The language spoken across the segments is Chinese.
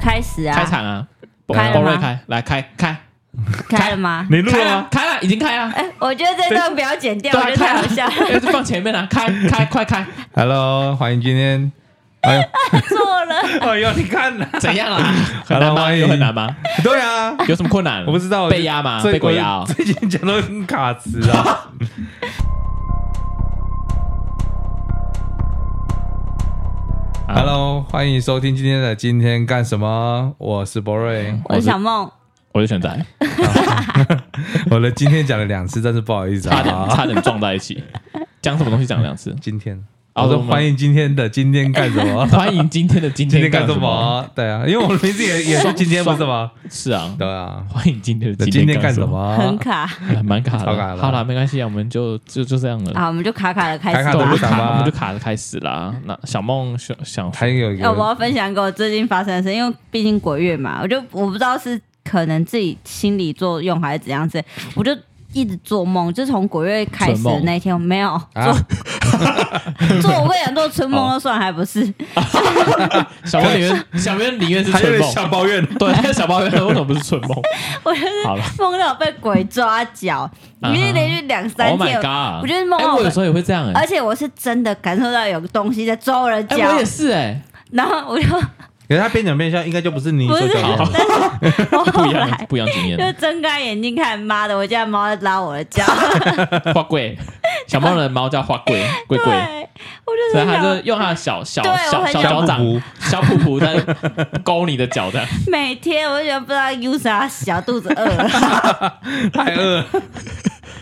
开始啊，开场啊，博开了吗博瑞开，来开开开了吗？你录开了了吗？开了，已经开啊了，哎、我觉得这段不要剪掉，我觉得太好笑了，了， 哎就放前面了，开开快 开， ？Hello，欢迎今天，哎呦，错了。哦哎呦，你看呐，怎 样啊？很好了难吗？欢迎有很难吗？对啊，有什么困难？我不知道被压吗？最被鬼压我哦。最近讲到很卡词 啊，好 Hello，欢迎收听今天的今天干什么？我是博瑞，我是小梦，我是选仔，我的今天讲了两次，但是不好意思差点啊。差点撞在一 起。讲什么东西讲两次？今天，哦我说我们？欢迎今天的今天干什么 欢迎今天的今今天干干什么？么？对啊，因为我的名字也也是今天，不是吗？是啊，对啊，欢迎今天的今天干干什？很么？卡，哎蛮卡超卡的。的好了，没关系啊，我们就就就这样了。好，我们就卡卡的开始。啊卡卡对的我们入就场卡，我吧们就。卡着开始啦。那小梦想想还有一哎、我个要分享一个我最近发生的事，因为毕竟鬼月嘛，我就我不知道是可能自己心理作用还是怎样子，我就一直做梦，就从鬼月开始春的梦那一天，我没有啊，做，我跟你讲，做春 哦梦都算还不是， 小梦宁愿小梦宁愿是还有春点梦，小抱怨， 对，他小抱怨为什么不是春梦？ 我就是好了梦到被鬼抓脚，啊哈因为连续两三，Oh my 天， god！我觉得梦哎，到我我有时候也会这样哎而，且我是真的感受到有个东西在抓我的哎，脚，我也是哎，然后 我就可是他边讲边笑，应该就不是你不所是，讲的。但是我不 后一样来，不一样经就验。睁开眼睛看，妈的，我家猫在拉我的 脚，花 贵，小梦的猫叫花贵，贵对贵，我就所以是它就想用它的小小对我小很小想脚掌、 小噗噗在勾你的脚 的。每天我就觉得不知道 U 啥小肚子 饿了，太饿了，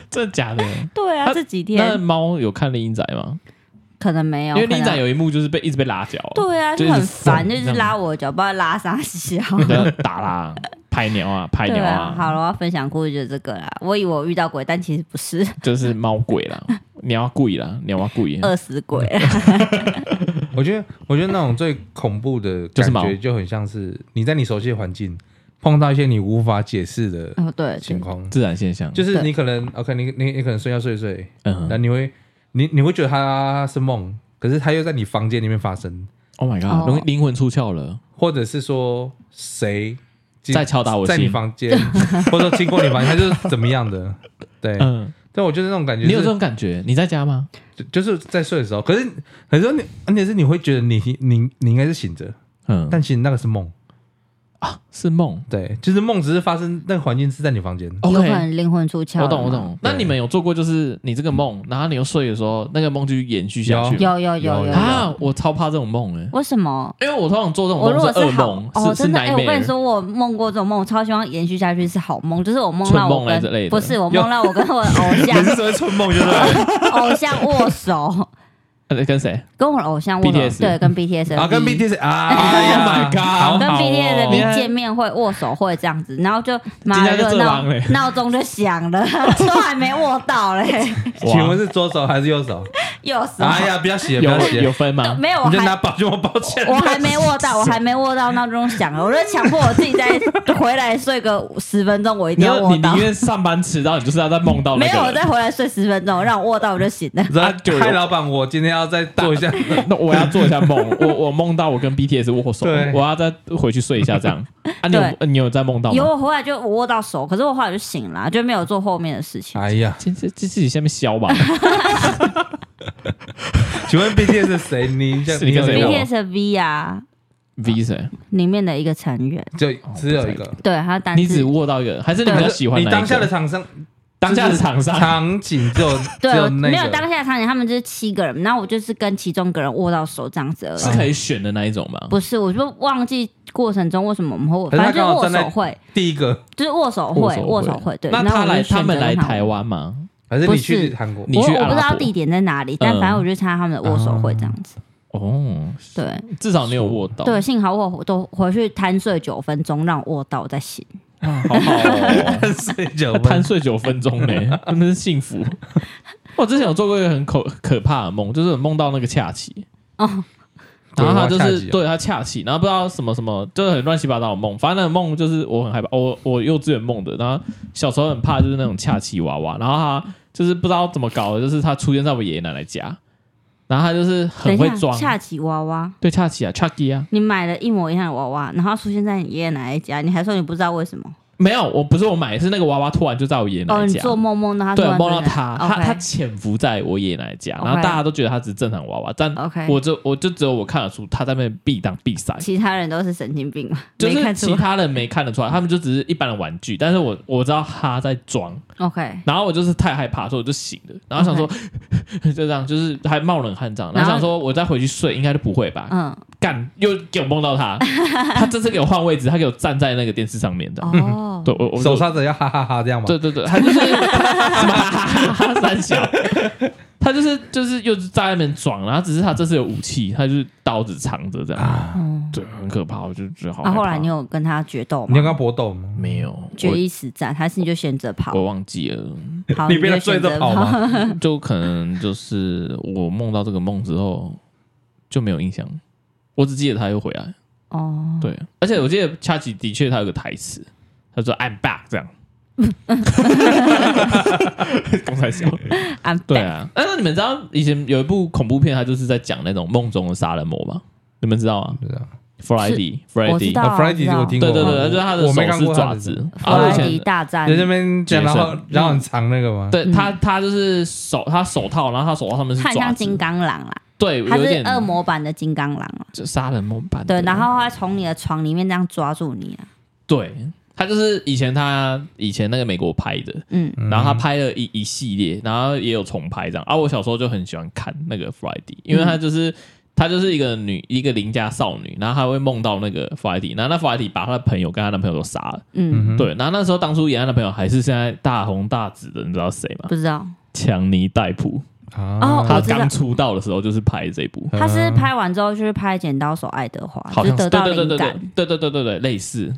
真的假的？对啊，它这几那天猫有看《丽英仔》吗？可能没因有，为《可丽能英仔》有一幕就是被一直被拉脚，对啊，就就是很烦，这就样是拉我的脚，不知道拉啥 小。对，打 啦、拍鸟啊、拍对鸟啊，啊，好了，我要分享故事就是这个啦。我以为我遇到鬼，但其实不是，就是猫鬼 啦、鸟啊鬼啦、鸟啊鬼。饿死鬼了。我觉得，我觉得那种最恐怖的就是感毛觉，就很像是你在你熟悉的环境碰到一些你无法解释的哦， 对，情况，自然现象，就是你可能 OK，你你你可能睡觉睡一睡，嗯那你会你你会觉得它是梦，可是它又在你房间里面发生， ，Oh my 哦 god，容易灵魂出窍了，或者是说谁进再敲打我在你心。房间， 或者说经过你房间，它就是怎么样的？对，嗯，但我觉得那种感觉你有是这种感觉？你在家吗？就就是在睡的时候，可是很多你，而且是你会觉得你你你应该是醒着，嗯，但其实那个是梦，是梦。对，就是梦只是发生，那个环境是在你房间，有可 OK，能灵魂出窍。我懂我。懂。那对你们有做过就是你这个梦，然后你又睡的时候，那个梦就延续下去了有有有有有有。啊？我超怕这种梦哎，为什么？因为我通常做这种我如梦果是噩好梦，哦，是是真的哎、我跟你 nightmare，说，我梦过这种梦，我超希望延续下去是好梦，就是我梦春到我梦来跟之类的不是我梦到我跟我的偶 像只会春梦，就是啊偶像握手，呃跟谁？跟我的偶像握手， BTS 对，跟 BTS 的啊，跟 B- BTS 啊 Oh my god 跟好好哦 BTS 的你看 B 见面会握手会这样子，然后就今马天上就就这闹忙嘞闹钟就响了， 都还没握到嘞，哇请问是左手还是右手？右手、哎呀，不要写，不有要有写，分吗？没有，我你就还拿宝就我抱歉，我还没握 到，我还没握到闹钟响了，我就强迫我自己再回来睡个十分钟，我一定你要要握你到宁。愿上班迟到，你就是要在梦到那没有，我个再人。回来睡十分钟，让我握到我就醒了。然啊后就有嗨，老板，我今天要再做一 下，那我要做一下梦，我我梦到我跟 BTS 握手，对我要再回去睡一下这 样。啊，你有对呃你有在梦到有吗？我回来就我握到手，可是我后来就醒了，就没有做后面的事情。哎呀，这这这自己下面削 吧，请问 BTS 是谁？你是你跟谁有握没有 BTS 的 V 啊， V 谁？里面的一个成员，就只有一哦个，对，他单你只字，握到一个人，还是你比较喜欢你哪一个当下的厂商当下的厂商？场景只有只对，有我那没有个，当下的场景，他们就是七个人，然后我就是跟其中一个人握到手这样子而是已。可以选的那一种吗？不是，我就忘记过程中为什么我们会握，可是他反正就是握刚好站在手会，第一个，就是握手握会，手会握手会，对。那然后他我就来，选他们择来跟台湾吗？还是不你是去韩国？你去我我阿不知拉道伯地点在哪里，但嗯反正我就参加他们的握手会这样子。哦，对至少你有握到，对，幸好我都回去贪睡九分钟，让我握到再醒。啊，好好 哦。贪睡九他分贪，睡九分钟 呢，真的是幸福。我之前有做过一个很可可怕的梦，就是梦到那个恰奇，哦，然后他就鬼娃恰是吉哦对他恰奇，然后不知道什么什么，就是很乱七八糟的梦。反正那个梦就是我很害怕，我我幼稚园梦的。然后小时候很怕就是那种恰奇娃娃，然后他就是不知道怎么搞的，就是他出现在我爷爷奶奶家，然后他就是很等会一下，装，下棋娃娃，对，恰奇啊，Chucky 啊，你买了一模一样的娃娃，然后出现在你爷爷奶奶家，你还说你不知道为什么？没有，我不是我买，是那个娃娃突然就在我爷爷奶哦，奶你家，做梦梦到他突对，然梦到出现他，他他潜伏在我爷爷奶奶家，然后 OK 大家都觉得他只是正常娃娃，但 OK 我就我就只有我看得出他在那边避当避塞 OK，，其他人都是神经病嘛，就没是看其出他人没看得 出来，他们就只是一般的玩具，但是我我知道他在装， OK，然后我就是太害怕，所以我就醒了，然后想说 就这样，就是还冒冷汗这样，然然后后想说我再回去睡应该就不会吧，嗯，干又给我梦到 他，他这次给我换位置，他给我站在那个电视上面的，哦，嗯 对我我就手刹着要哈哈哈这样吗？对对对，他 就是 什么哈哈哈三小，他就是就是又是在那边装，然后只是他这次有武器，他就是刀子藏着这样，啊嗯，对，很可怕，我就觉得哦好害啊，怕。后来你有跟他决斗你要吗？跟他搏斗吗？没有？决我一死战，还是你就选择跑？我忘记了，好，你就被他追啊选择着跑？吗？就可能就是我梦到这个梦之后就没有印象，我只记得他又回来。 哦，对，而且我记得恰奇的确他有个台词，他说 “I'm back” 这样。 刚才笑，安对倍啊，哎那你们知道以前有一部恐怖片，它就是在讲那种梦中的杀人魔吗？你们知道吗知道我知？Friday，Friday，道啊 Friday 我听过，对对对，我就是他的我没看手过是他爪的子，弗然后莱啊以迪前大战在，那边讲，然后杰森然后很长那个吗？对他他就是手，他手套，然后他手套上面是他很爪像嗯金子，刚狼啦，对，他有是点恶魔版的金刚狼啊。就杀人魔版的，对，然后他从你的床里面这样抓住你啊，对他就是以前他以前那个美国拍的，嗯，嗯然后他拍了一一系列，然后也有重拍这样。啊，我小时候就很喜欢看那个 Friday，因为他就是、他就是一个女一个邻家少女，然后她会梦到那个 Friday，然后那 Friday 把她的朋友跟她男朋友都杀了。嗯，嗯哼，对，然后那时候当初演她男朋友还是现在大红大紫的，你知道谁吗不？知道，强尼戴普，哦啊，他我知道刚出道的时候就是拍这部。他是拍完之后就是拍《剪刀手爱德华》，好就像得是到对对灵对对感，对对对对对，类似。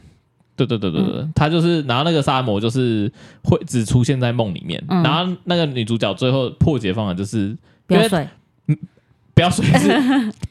对对对对对，他就是，然后那个杀人魔就是会只出现在梦里面，嗯然后那个女主角最后破解方法就是不要因为睡，不要睡，是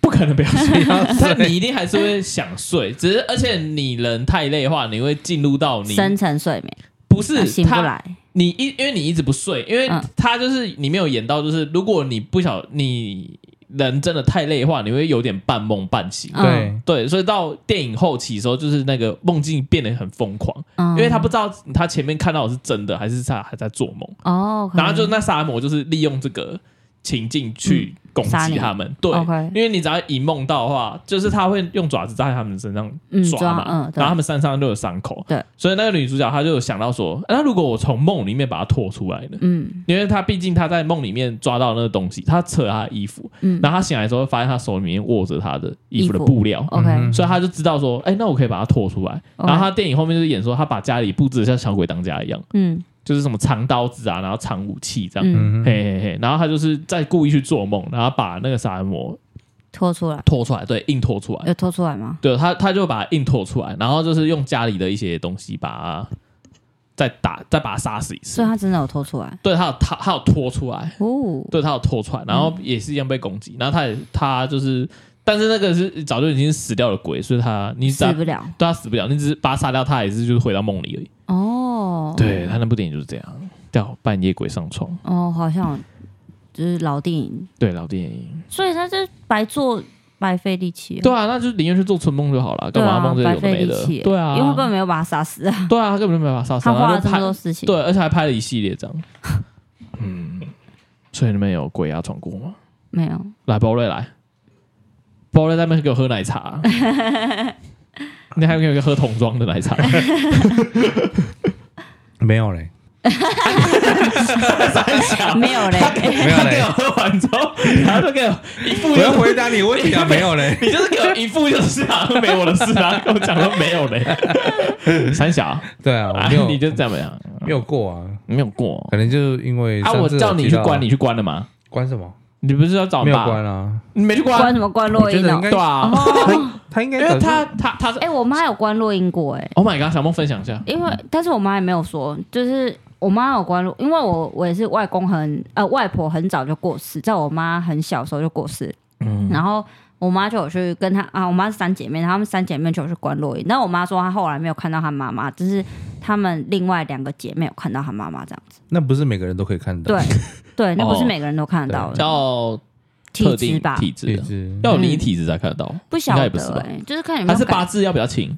不可能不要睡，但睡你一定还是会想睡，只是而且你人太累的话，你会进入到你深层睡眠，不啊是醒不他，来，你一因为你一直不睡，因为嗯他就是你没有演到，就是如果你不小你人真的太累的话，你会有点半梦半醒。嗯对，对，所以到电影后期的时候，就是那个梦境变得很疯狂，因因为他不知道他前面看到的是真的还是他还在做梦。哦，然后就那杀人魔就是利用这个情境去攻嗯杀击你他们，对 OK 因为你只要一梦到的话，就是他会用爪子在他们身上嗯抓嘛，抓嗯对然后他们身上都有伤口，对，所以那个女主角她就有想到说，啊那如果我从梦里面把它拖出来呢？嗯因为她毕竟她在梦里面抓到那个东西，她扯她的衣服，嗯然后她醒来之后发现她手里面握着她的衣服的衣服布料， ，OK，嗯所以她就知道说，哎、那我可以把它拖出来。 OK 然后她电影后面就是演说，她把家里布置的像小鬼当家一样，嗯就是什么藏刀子啊，然后藏武器这样。嗯，嗯哼，嘿嘿嘿，然后他就是在故意去做梦，然后把那个杀人魔拖出来，拖出来，对，硬拖出来，有拖出来吗？对他他就把他硬拖出来，然后就是用家里的一些东西把他再打，再把他杀死一所以次。他真的有拖出来，对他有他他有拖出来，哦，对他有拖出来，然后也是一样被攻击，然后他也他就是，但是那个是早就已经死掉的鬼，所以他你只死要不了，对他啊死不了，你只是把他杀掉，他也是就是回到梦里而已。哦，对他那部电影就是这样，叫半夜鬼上床，哦，好像就是老电影，对老电影，所以他这白做白费力气，对啊，那就宁愿去做春梦就好了，干嘛梦这些有的没啊白费的力气？对啊，因为根本没有把他杀死啊，对啊，他根本就没办法杀他伤，花然后了就这么拍多事情，对，而且还拍了一系列这 样。嗯，所以你们有鬼压床过吗？没有，来，包瑞来，包瑞在那边给我喝奶 茶，你还有没有一个喝桶装的奶茶？没有嘞， 三小没有嘞他给没有他嘞给我喝完之后，然后就给我一副我就要是。回答你问题啊，没 有嘞，你就是给我一副就是啊，没我的事啊，跟我讲说没有嘞。 三小，对啊，我啊没有你就这样没有没有过啊，没有过可能就是因为啊？上我次有叫你提去到关，你去关了吗？关什么？你不是要找你没有爸？关啊，你没去关？关什么关我落觉音得哦应。该对啊，他他应该因为早就他他他是 哎、我妈有关落音过哎、 ，Oh my god，小梦分享一下，因为但是我妈也没有说，就是我妈有关落，因为我我也是外公很呃外婆很早就过世，在我妈很小的时候就过世，嗯，然后我妈就有去跟她啊，我妈是三姐妹，她们三姐妹就有去关落音，但我妈说她后来没有看到她妈妈，就是她们另外两个姐妹有看到她妈妈这样子，那不是每个人都可以看到，对对，那不哦是每个人都看得到的，叫特体定质吧，体质体的，质要有你体质才看得到，不晓应该得也不是吧？哎、就是看有没还有是八改，字要比较轻，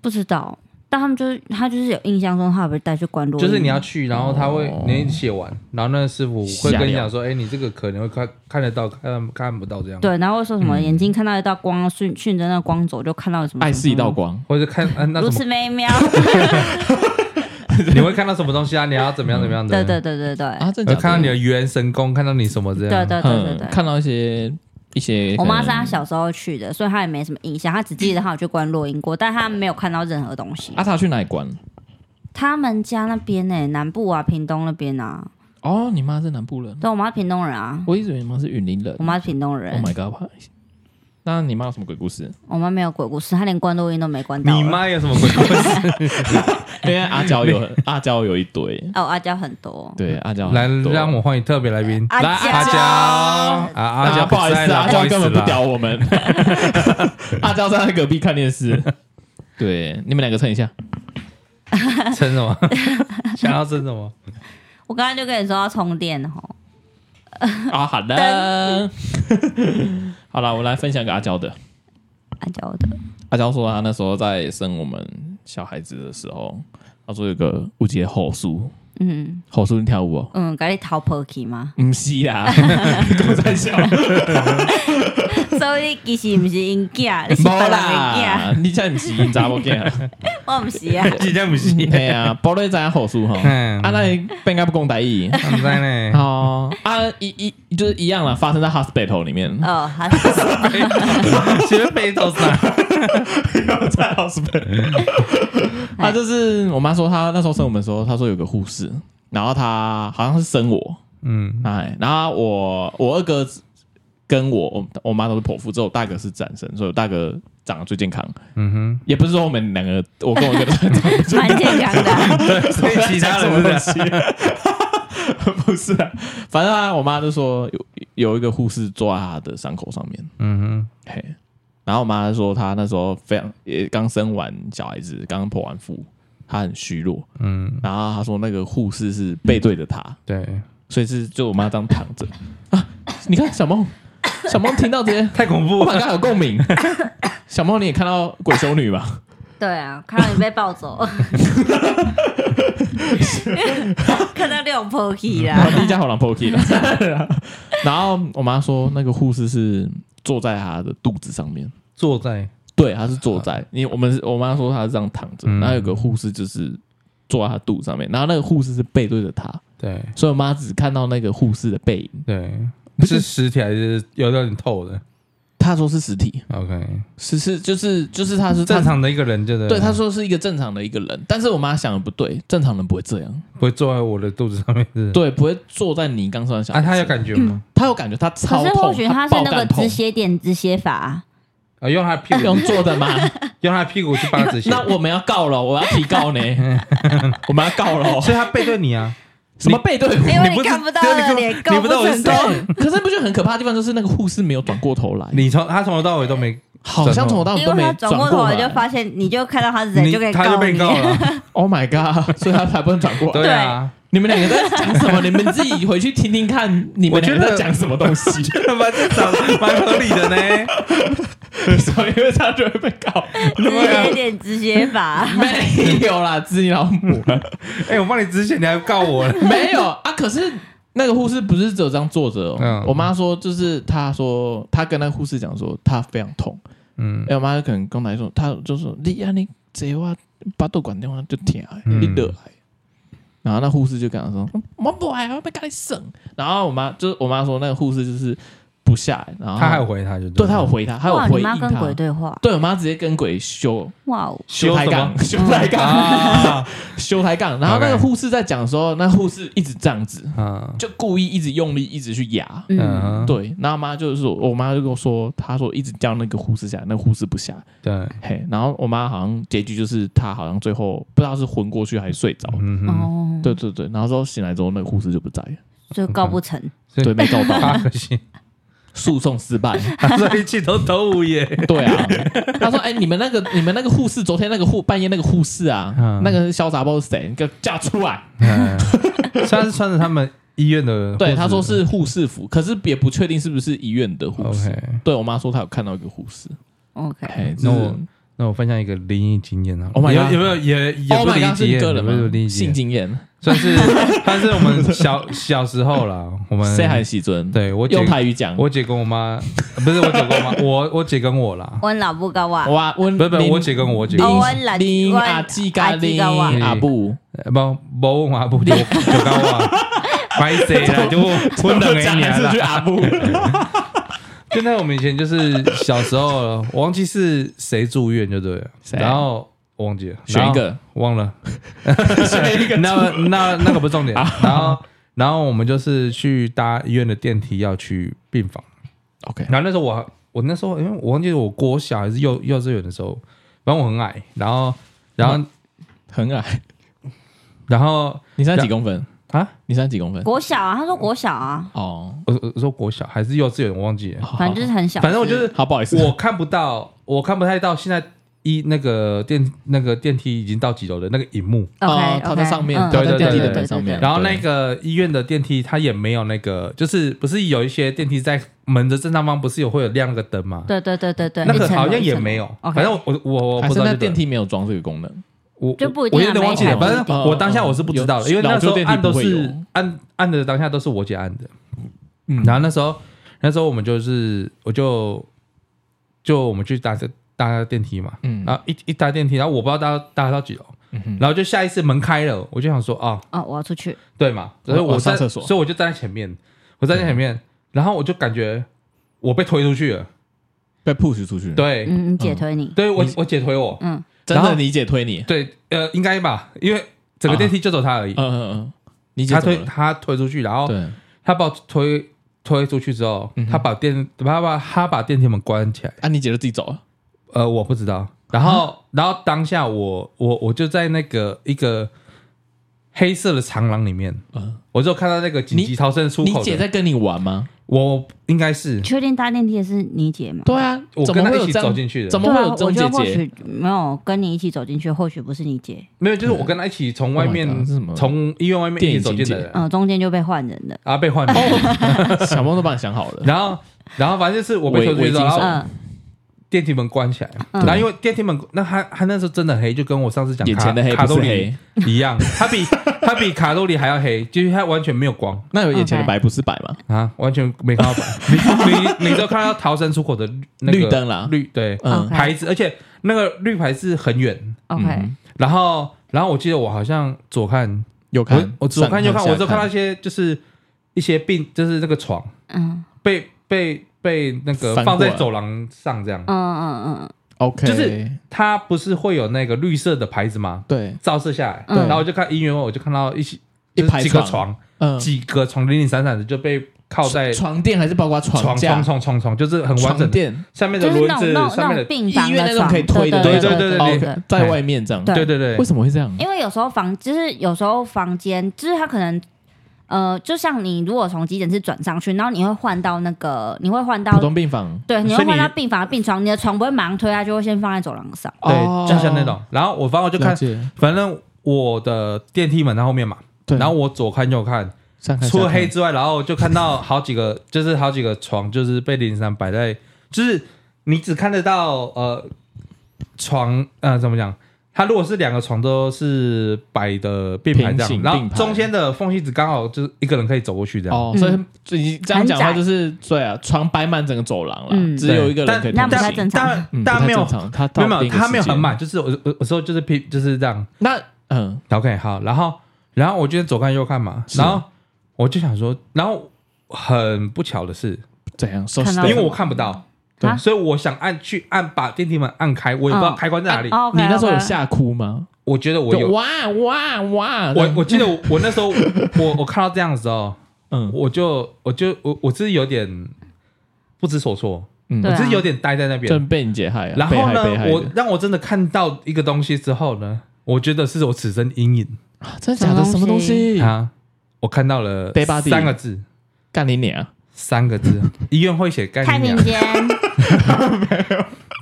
不知道。但他们就是他就是有印象中，他有被带去关落，就是你要去，然后他会哦你写完，然后那个师傅会吓跟你尿讲说，哎，你这个可能会看看得到，看看不到这样，，对，然后说什么眼睛看到一道光，顺顺着那光走就看到什嗯么，爱是一道光，光，或者看啊那如什 此美妙。么，你会看到什么东西啊？你要怎么样怎么样对对的？对对对，啊，真会的看假到你的？的元神功，看到你什么这对样，嗯对对对嗯对，。看嗯到一些一些，我妈是她小时候去的，所以她也没什么印象，她只记得她有去关落英过，但她没有看到任何东西。阿啊塔去哪里关？他们家那边呢、南部啊，屏东那边啊，哦，你妈是南部人，对我妈屏东人啊，我一直以为你妈是云林人我。妈屏东 Oh 人， my god！不好意思那你妈有什么鬼故 事？我妈没有鬼故事，她连关落音都没关到。你？妈有什么鬼故事？因为啊阿娇有 阿娇有一堆，哦，阿娇很多，对阿娇来很，多让我欢迎特别来宾， 阿来娇阿娇啊，阿啊娇不好意在思，啦阿娇根本不啦屌我们。 阿娇站在隔壁看电视。对，你们两个蹭一下。撑什么？想要撑什么？我刚刚就跟你说要充电吼， 啊，好的。 好了，我来分享给阿娇的。阿娇啊的，阿娇说，她那时候在生我们小孩子的时候，她说有个误解后叔，嗯后叔你跳舞 哦。嗯，赶紧逃 Perky 吗？不嗯是啊 啦，我在笑。所以你其实不是因囝，你 是别没人的囝，啦，你才不是你查某囝。我不是啊。今天不是，嘿啊，保瑞知影好书吼，嗯。啊，那不应该不讲台语嗯不知道呢。哦，啊，一一就是一样了，发生在 hospital 里面，嗯 哦，还是啊 其实背都是 哪？ 在 hospital。他就是我妈说，她那时候生我们的时候，她说有个护士，然后她好像是生我，嗯，哎，然后我我二哥跟我我我妈都是剖腹，之后我大哥是产生，所以我大哥长得最健康。嗯哼，也不是说我们两个，我跟我哥都长得蛮健康的啊、所以其他人不是西？ 不是啊，反正啊，我妈就说有有一个护士坐在她的伤口上面，嗯嘿，然后我妈说她那时候非常也刚生完小孩子，刚剖完腹，她很虚弱，哼，嗯，然后她说那个护士是背对着她，对，所以是就我妈这样躺着啊，你看小梦，小梦听到直接，太恐怖我刚了。刚有共鸣，小梦你也看到鬼修女吧？对啊，看到你被抱走， 看到六 Perky 啦，第一家好狼 pokey 了。然后我妈说，那个护士是坐在她的肚子上面，坐在对，她是坐在，因啊为我们是我妈说她是这样躺着，嗯然后有个护士就是坐在她肚子上面，然后那个护士是背对着她，对所以我妈只看到那个护士的背影。对，是实体还是有点透的她说是实体， ？OK，是是就是就是她是正，常的一个人就她是对，她说是一个正常的一个人，但是我妈想的不对，正常人不会这样，不会坐在我的肚子上面是。对，嗯不会坐在你刚上的小啊，孩他有子感觉吗？她有感觉，她可超是或痛，许她他是爆那个干痛止，血点止血法啊、啊，用他的屁股， 用坐的吗？ 用他的屁股去帮他止 血。那我们要告了，我要提告呢，我们要告了， 所以他背对你啊，什么背对我？因为你不哎你是看不到对我你的根本脸，你够不知道我是成功。可是不觉得很可怕的地方就是那个护士没有转过头来，你从他从头到尾都没，好像从头到尾因都为没他转过头过来来就发现，你就看到他是人，你就可以他就告被你。告了。 Oh my god！所以他 才不能转过来。对啊， 你们两个在讲什么？你们自己回去听听 看，你们两个在讲什么东西？蛮正常，蛮合理的呢。 所以这样就会被告。，止血点止血法 没有啦，自己老 母了，哎、我帮你止血，你还告我了？没有啊。可是那个护士不是只有这样坐着哦。嗯我妈说，就是她说，她跟那个护士讲说，她非常痛。嗯哎、我妈可能刚来说，她就说你啊你这我把肚管电话就疼的，嗯你得癌。然后那护士就跟她说，我不爱，啊我被跟你省。然后我妈就是我妈说，那个护士就是不下来，然后他还有回他就对她他有回她，她有哇，回你应妈跟她鬼。对话，对我妈直接跟鬼修哇哦，修抬什么杠，修抬杠， 啊修抬杠。然后那个护士在讲的时候，那护士一直这样子，啊就故意一直用力，一直去压。嗯，嗯，对，然后我妈就是说，我妈就跟我说，她说一直叫那个护士下来，那个护士不下来。对，嘿，然后我妈好像结局就是她好像最后不知道是昏过去还是睡着，嗯哼，哦，对对对，然后之后醒来之后那个护士就不在了，就告不成。对对，没找到， 八颗星，诉讼失败，他说一气头头无耶。对啊，她说哎、你们那个你们那个护士昨天那个护半夜那个护士啊，嗯那个潇洒包是谁？你给我叫出来，嗯，虽然是穿着他们医院的，对，他说是护士服，可是也不确定是不是医院的护士。 OK。对我妈说，她有看到一个护士。 OK，哎，那那我我那我分享一个灵异经验啊 Oh my 有 god 有没有也也 Oh 不 my 灵 god，异是你个有人没有吗？灵异性经验，算是算是我们小小时候啦，我们谁还喜尊？，对我姐用台语讲。我姐跟我妈不是我姐跟我妈，我我姐跟我啦，我老不高啊，哇，我不是不是我姐跟我姐，哦林我懒林我阿季嘎阿基林嘎哇阿布，呃不不问我不就就跟我。白谁啦？就我冷我一讲年还是啦去。阿布。现在我们以前就是小时候了，我忘记是谁住院就对了，谁啊然后我忘记了， 选一个，忘了。选一个那那那个不是啊重点。然后然后我们就是去搭医院的电梯要去病房。 OK，然后那时候我我那时候因为我忘记我国小还是幼幼稚园的时候，反正我很矮，然后然嗯后很矮，然后你现在几公分？啊，你现在几公分？国小啊，他说国小啊，哦，我我我说国小还是幼稚园，我忘记了，好反正就是很小，反正我就是好好不好意思，我看不到，我看不太到现在。一那个电那个电梯已经到几楼了，那个荧幕，哦 OK，它在上面它在电梯的门上面然后那嗯对个医院的电梯它也没有那个，就是不是有一些电梯在门的正上方不是有会有亮那个灯吗？对对对对对，那个一层楼好像一也层楼没有， OK 反正我我我我还不是知道那就对电了，梯没有装这个功能。我就不一定我啊有点忘记了，每一台反都不一正定我当下我是不知道的，因为那时候有老旧电按梯都不会有是按按的当下都是我姐按的，嗯然后那时候那时候我们就是我就就我们去搭这搭电梯嘛，嗯然后一一搭电梯，然后我不知道搭搭到几楼，然后就下一次门开了，我就想说啊，哦，我要出去，对嘛，我所以我哦我上在厕所嗯所以我就站在前面，我站在前面，然后我就感觉我被推出去了，被 push 出去，，对嗯，你姐推你，对，我我姐推我，嗯，真然的后你姐推你，对，呃，应该吧，因为整个电梯就走他而已。嗯嗯嗯，你姐他怎么推了？他推出去，然后对，嗯他把我推推出去之后，他把电他把他把电梯门关起来。啊，你姐就自己走了，呃，我不知道。然啊后然后当下我我我就在那个一个黑色的长廊里面，嗯，我就看到那个紧急你逃生出嗯你口姐的。在跟你玩吗？我应该是你确定搭电梯的是你姐吗？对啊，我怎跟么他会一有起这走样？进去的怎，么对会啊，有我这觉种得或姐姐？许没有跟你一起走进去，或许不是你姐，没有，就是我跟他一起从外 Oh my 面 god，这是什么从医院外面一起走进电来影情的节，嗯，中间就被换人了，然后被换名。小梦都帮你想 好了，然后然后反正就是我被我推出去之后，我已经然后走嗯，电梯门关起来，嗯然后因为电梯门那它它那时候真的黑，就跟我上次讲眼卡前的黑卡不路是里黑，一样，它比 它比卡路里还要黑，就是它完全没有光那有哦眼前的白不是白吗？啊，完全没看到 白。你你你就看到逃生出口的那个绿灯啦绿对嗯 OK 牌子，而且那个绿牌是很远， OK，然后然后我记得我好像左看有我看，我左看右看，上我就看到下一些就是一些病，就是那个床嗯被被被那个翻放在过来走廊上这样嗯，嗯嗯，OK，就是它不是会有那个绿色的牌子吗？对，照射下来，嗯然后我就看医院，我就看到一起一就是排几个床床，嗯，几个床零零散散的就被靠在床垫还是包括床架哎床、床床床，就是很完整床的，垫，下嗯，面的就是轮那子种那种上那种面的，病房医院那的种床，可以推的对对对对对哦对对。在外面这样，对对对对为，什么会这样？因为有时候房就是有时候房间就是他可能。呃，就像你如果从急诊室转上去，然后你会换到那个，你会换到普通病房对，你所会以你换到病房的病床，你的床不会马上推下去，会先放在走廊上。哦对，就像那种。然后我反正我就了看，解，反正我的电梯门在后面嘛，对，然后我左看右看，上 看除了下看黑之外，然后我就看到好几个，就是好几个床，就是被零零散摆在，就是你只看得到呃床，呃怎么讲？它如果是两个床都是摆的并排这平样，行然并排后中间的缝隙只刚好就是一个人可以走过去这样。哦，嗯所以所以这样讲的话很窄就是对啊，床摆满整个走廊了，嗯只有一个人可以但通那不太行。正常但但嗯但没有不太正常他没到有没另有，一个他没有世界很满，就是我我我说就是平就是这样。那嗯， OK，好，然后然后我就左看右看嘛，是然后我就想说，然后很不巧的是，怎样？收看拾到的因为我看不到，对所以我想按去按把电梯门按开，我也不知道嗯开关在哪里。哦，OK，你那时候有 OK 吓哭吗？我觉得我就有，哇哇哇！这我样我记得我我那时候我我看到这样子哦，嗯我就我就我我是有点不知所措，嗯，对我啊是有点呆在那边。真被你解害啊！然后呢被害，被害我的让我真的看到一个东西之后呢，我觉得是我此生阴影啊真的假的？什什么么东东西西？啊！我看到了 Dead body 三个字，干你娘！三个字，医院会写 概太念平啊。间，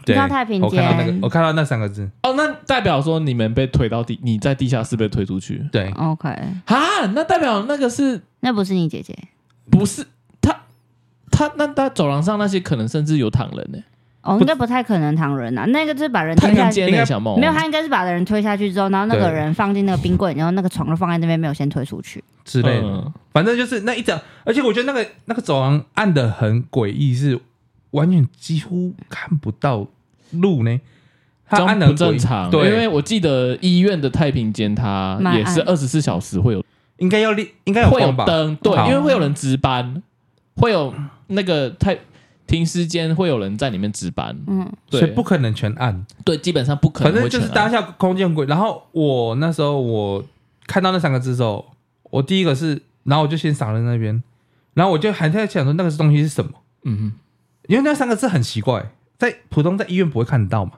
对，到太平我看到那个间，我看到那三个字，哦，那代表说你们被推到地，你在地下室被推出去对， OK，啊？那代表那个是那不是你姐姐不是他？他那他走廊上那些可能甚至有躺人呢、哦，应该不太可能躺人啊，那个就是把人推太下平去，间应那该小梦没有，他应该是把人推下去之后，然后那个对人放进那个冰柜，然后那个床就放在那边，没有先推出去。之类的，嗯反正就是那一整，而且我觉得那个那个走廊暗的很诡异，是完全几乎看不到路呢，它这暗样的不正常，对，因为我记得医院的太平间它蛮暗也是二十四小时会有应该要立，应该有会有光吧？灯，对，好因为会有人值班，会有那个太停尸间会有人在里面值班，嗯，所以对不可能全暗，对，基本上不可反能正会就全是暗。当下空间鬼。然后我那时候我看到那三个字之后，我第一个是，然后我就先傻在那边，然后我就还在想说那个东西是什么，嗯因为那三个字很奇怪，在普通在医院不会看到嘛。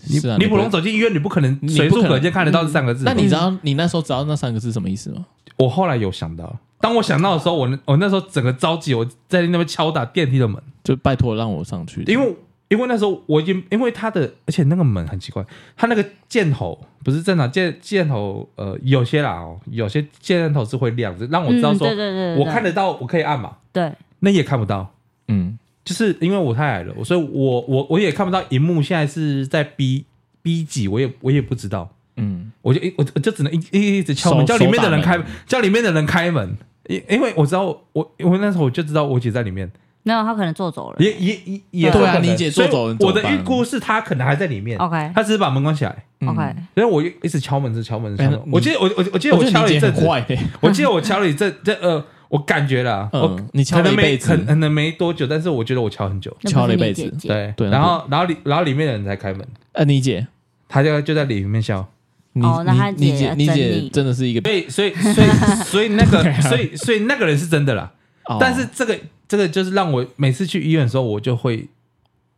哼，是啊，你不普通走进医院，你不可能你不随处可能可见看得到这三个字。那你知道你那时候知道那三个字什么意思吗？我后来有想到，当我想到的时候，我那我那时候整个着急，我在那边敲打电梯的门，就拜托让我上去，因为因为那时候我已经因为他的，而且那个门很奇怪，他那个箭头不是正常箭箭头，呃，有些啦哦，有些箭头是会亮，着让我知道嗯说、对对对对我看得到，我可以按嘛，对，那也看不到。嗯，就是因为我太矮了，所以我我我也看不到荧幕现在是在 B B 几，我也我也不知道，嗯，我就一我我就只能一一一直敲门，手叫里面的人手打开门，叫里面的人开门，因因为我知道我我那时候我就知道我姐在里面，没有，他可能坐走了。也也也也对啊不可能你姐坐走了所以我你怎么的办预估是她可能还在里面， OK 她只是把门关起来，嗯 OK，所以我就一直敲门，一直敲门，一直哎敲那门。你我记得我我我记得我我觉敲得了你姐一阵很子，坏欸，我记得我敲了一阵这呃，我感觉啦，我嗯，你敲可了能一辈没子可，可能没多久，但是我觉得我敲很久，那不是敲了一你辈姐子姐对对然后然后里然后里面的人才开门，呃，你姐，他就就在里面笑，你哦那她你你姐你整姐理真的是一个所，以所以 所以所以那对个啊所以所以那个人是真的啦，哦但是这个这个就是让我每次去医院的时候，我就会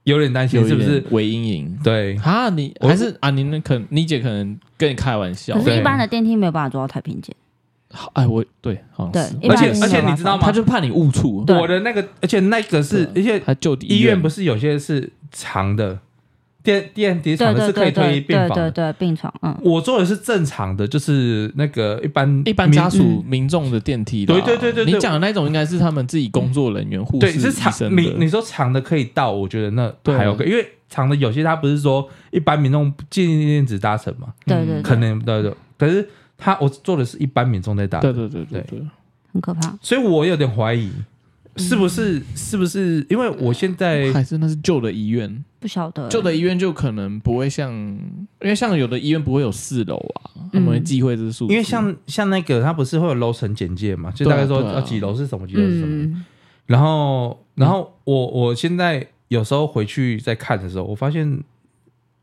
有点担有心一是不是点微阴影对。啊？你我还是啊？你那可你姐可能跟你开玩笑可，是，对一般的电梯没有办法坐到太平间。哎，我对，好像对是，一而般且是而且没有你办知道法吗啊他？就怕你误触，对我的那个，而且那个是，而且他就地医院不是是有些是长的，电电对梯长的对是可对以推对病对房对的。对，病床，嗯，我做的是正常的，就是那个一般一般民家属民嗯众的电梯啦，对对对对对你讲的那种应该是他们自己工作人员、护对士、是医长，生你你的，说长的可以到，我觉得对那还有个，因为长的有些他不是说一般民众进电子搭乘嘛，对对可对，能对对，可是他我做的是一般民众在搭，对对对对对，很可怕。所以我有点怀疑是不是是不是因为我现在还是那是旧哎的医院，不晓得旧的医院就可能不会像，因为像有的医院不会有四楼啊，他们会忌讳这个数字，因为像像那个，它不是会有楼层简介嘛，就大概说对啊对啊呃几楼是什么，几楼是什么。嗯，然后，然后我我现在有时候回去再看的时候，我发现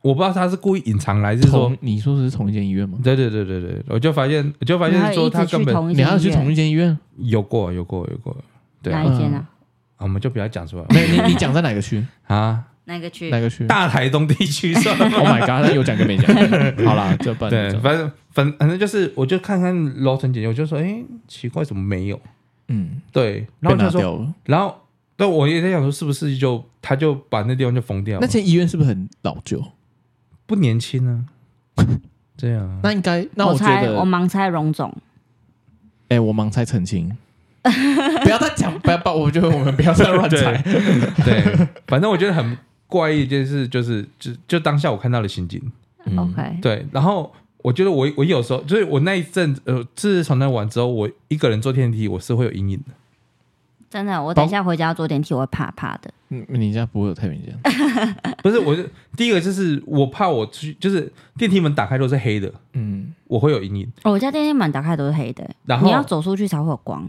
我不知道他是故意隐藏来，还是说同，你说的是同一间医院吗？对对对对对，我就发现我就发你还现有说一他直去根本同一你还要去间医院同一间医 院？有过有过有过，对哪啊，一间嗯啊？我们就不要讲出来没有，你你讲在哪个区？嗯啊。哪个区哪？个区大台东地区 算了？Oh my god！那有讲跟没讲？ 好啦，就办对，反正反反正就是，我就看看楼层简介，我就说，哎，奇怪，怎么没有？嗯，对，被然后拿就说，掉了。然后，但我也在想说，是不是就他就把那地方就封掉了那？间医院是不是很老旧？不年轻啊， 对啊，那应该，那我觉猜得我，盲猜荣总，哎、我盲猜澄清， 不要再讲，不要不要，我觉得我们不要再 乱猜。对，反正我觉得很怪异一件事，就是就就当下我看到的情景，嗯 OK，对，然后我觉得我我有时候就是我那一阵呃，自从那晚之后，我一个人坐电梯，我是会有阴影的。真的，我等一下回家坐电梯我会怕怕的。嗯你家不会有太平间？不是，我就第一个就是我怕我出去，就是电梯门打开都是黑的，嗯，我会有阴影。哦我家电梯门打开都是黑的，然后你要走出去才会有光。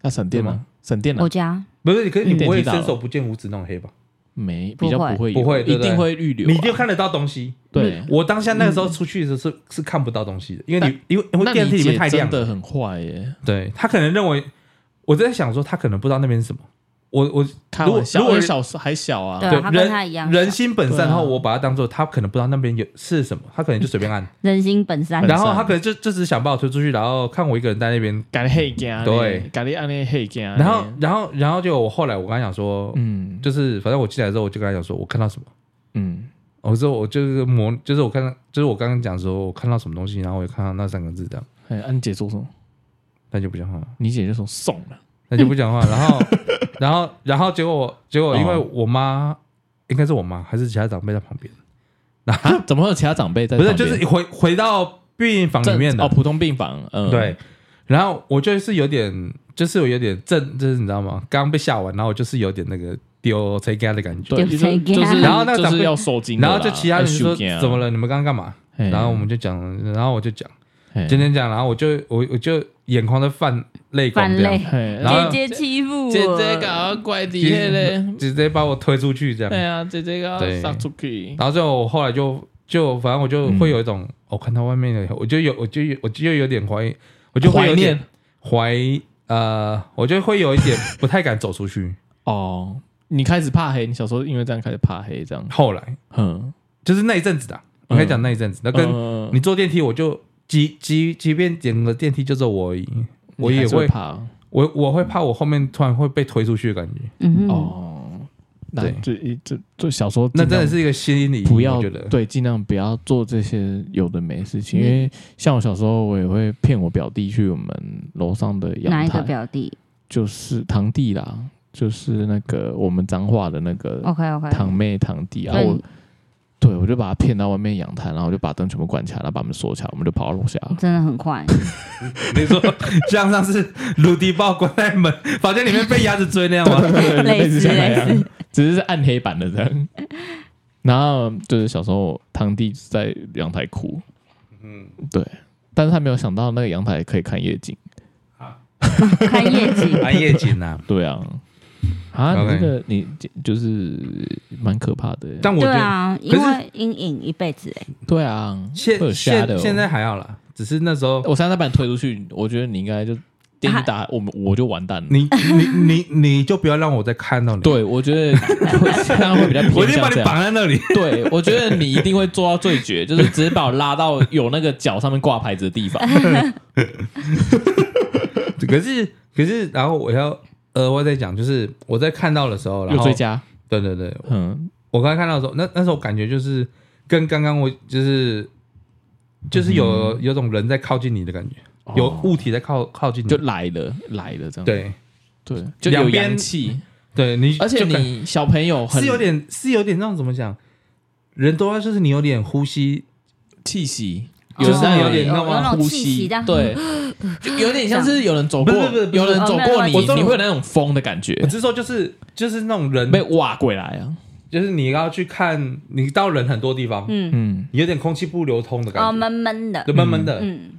那省电对了吗，省电我了，家不是，可是你你电不梯会到了伸手不见五指那种黑吧？没不比较会不会有，不会对一不对定会预留啊、你就看得到东西。对。我当下那个时候出去的时候是、是看不到东西的，因为你因为因那为你电梯里面姐太亮真了。的很坏耶！对他可能认为，我在想说，他可能不知道那边是什么。我我开如果玩笑，如果我小时候还小啊，对啊对他跟人他一样人心本善，对啊然后我把它当做他可能不知道那边有是什么，他可能就随 便按，人心本善本，善然后他可能就就只是想把我推出去，然后看我一个人在那边，咖喱黑啊家，对，咖喱安尼黑啊家，然后然后然后就我后来我跟他讲说，嗯，就是反正我进来之后我就跟他讲说我看到什么，嗯，我说我就是模，就是我看到，就是我刚刚讲说，我看到什么东西，然后我就看到那三个字这样，哎，安姐说什么？他就不讲话，你姐就说送了，他就 不讲话，然后，然后，然后结果，结果哦因为我妈，应该是我妈还是其他长辈在旁边，啊？怎么会有其他长辈在不旁是，边？就是回回到病房里面正的哦，，普通病房，嗯，对，，然后我就是有点，就是我有点震，就是你知道吗？刚被吓完，然后我就是有点那个丢 t a 的感觉。对，就就是谁就是，怕然后那个就长是辈要受惊的然啦，后就其他人说要受惊啊怎么？了？你们刚刚干嘛？嘿然后我们就讲，然后我就讲，嘿今天讲，然后我就我我就眼眶在泛泪光犯这样，累，嘿哎然后姐姐欺负我，姐姐搞怪底下嘞，直接把我推出去这样。对啊，姐姐搞对杀出去，然后最后我后来就就反正我就嗯会有一种，我看到外面的，我就有我就有我就有点怀疑，我就会有怀念点怀呃，我就会有一点不太敢走出去。哦。你开始怕黑，你小时候因为这样开始怕黑，这样，后来嗯，就是那一阵子的，我跟你讲那一阵子，那跟嗯你坐电梯，我就即即即便整个电梯就只有我而已，我你也还是会会怕我我会怕我后面突然会被推出去的感觉，嗯哼，哦。那对就就就小时候那尽真量的是一个心理阴影，不要我觉得对，尽量不要做这些有的没事嗯情，因为像我小时候，我也会骗我表弟去我们楼上的哪阳一个台，表弟就是堂弟啦，就是那个我们彰化的那个？OK OK，堂妹堂弟，然后我对我就把他骗到外面阳台，然后我就把灯全部关起来，然后把门锁起来，我们就跑到 楼下。真的很快，你说像上次鲁迪豹关在门房间里面被鸭子追那 样吗？类似像那类样， 只是是暗黑版的这样。然后就是小时候堂弟在阳台哭，嗯，对，但是他没有想到那个阳台可以看夜景。看夜景，安夜景啊，对啊，啊，你 OK 这个你就是蛮可怕的耶。 但我觉对得啊，可因是为阴影一辈子哎，对啊，会有现瞎的哦哦现现在还好啦，只是那时候我现在把你推出去，我觉得你应该就电梯打我们，我就完蛋了。你你你你就不要让我再看到你，，对，我觉 得会现在会比较我偏已经向把你这样。绑在那里， 对，我觉得你一定会做到最绝，就是直接把我拉到有那个脚上面挂牌子的地方。哎可是可是然后我要额外再讲，就是我在看到的时候，然又后追加，对对对，嗯，我刚才看到的时候，那那时候感觉就是跟刚刚我就是就是嗯有、有种人在靠近你的感觉，有物体在靠靠近你，哦就来了，来了这样。对对，就有两边阳气，对，你而且就感你小朋友很是有点是有点那种怎么讲，人多啊就是你有点呼吸，气息，哦就是那有点那种呼气息吸这样，对，就有点像是有人走过不是不是，不是有人走过你，哦没有没有你会有那种风的感觉我，是说就是就是那种人被，挖过来啊。就是你要去看你到人很多地方，嗯，嗯，你有点空气不流通的哦，感觉，闷闷的就，闷闷的，嗯，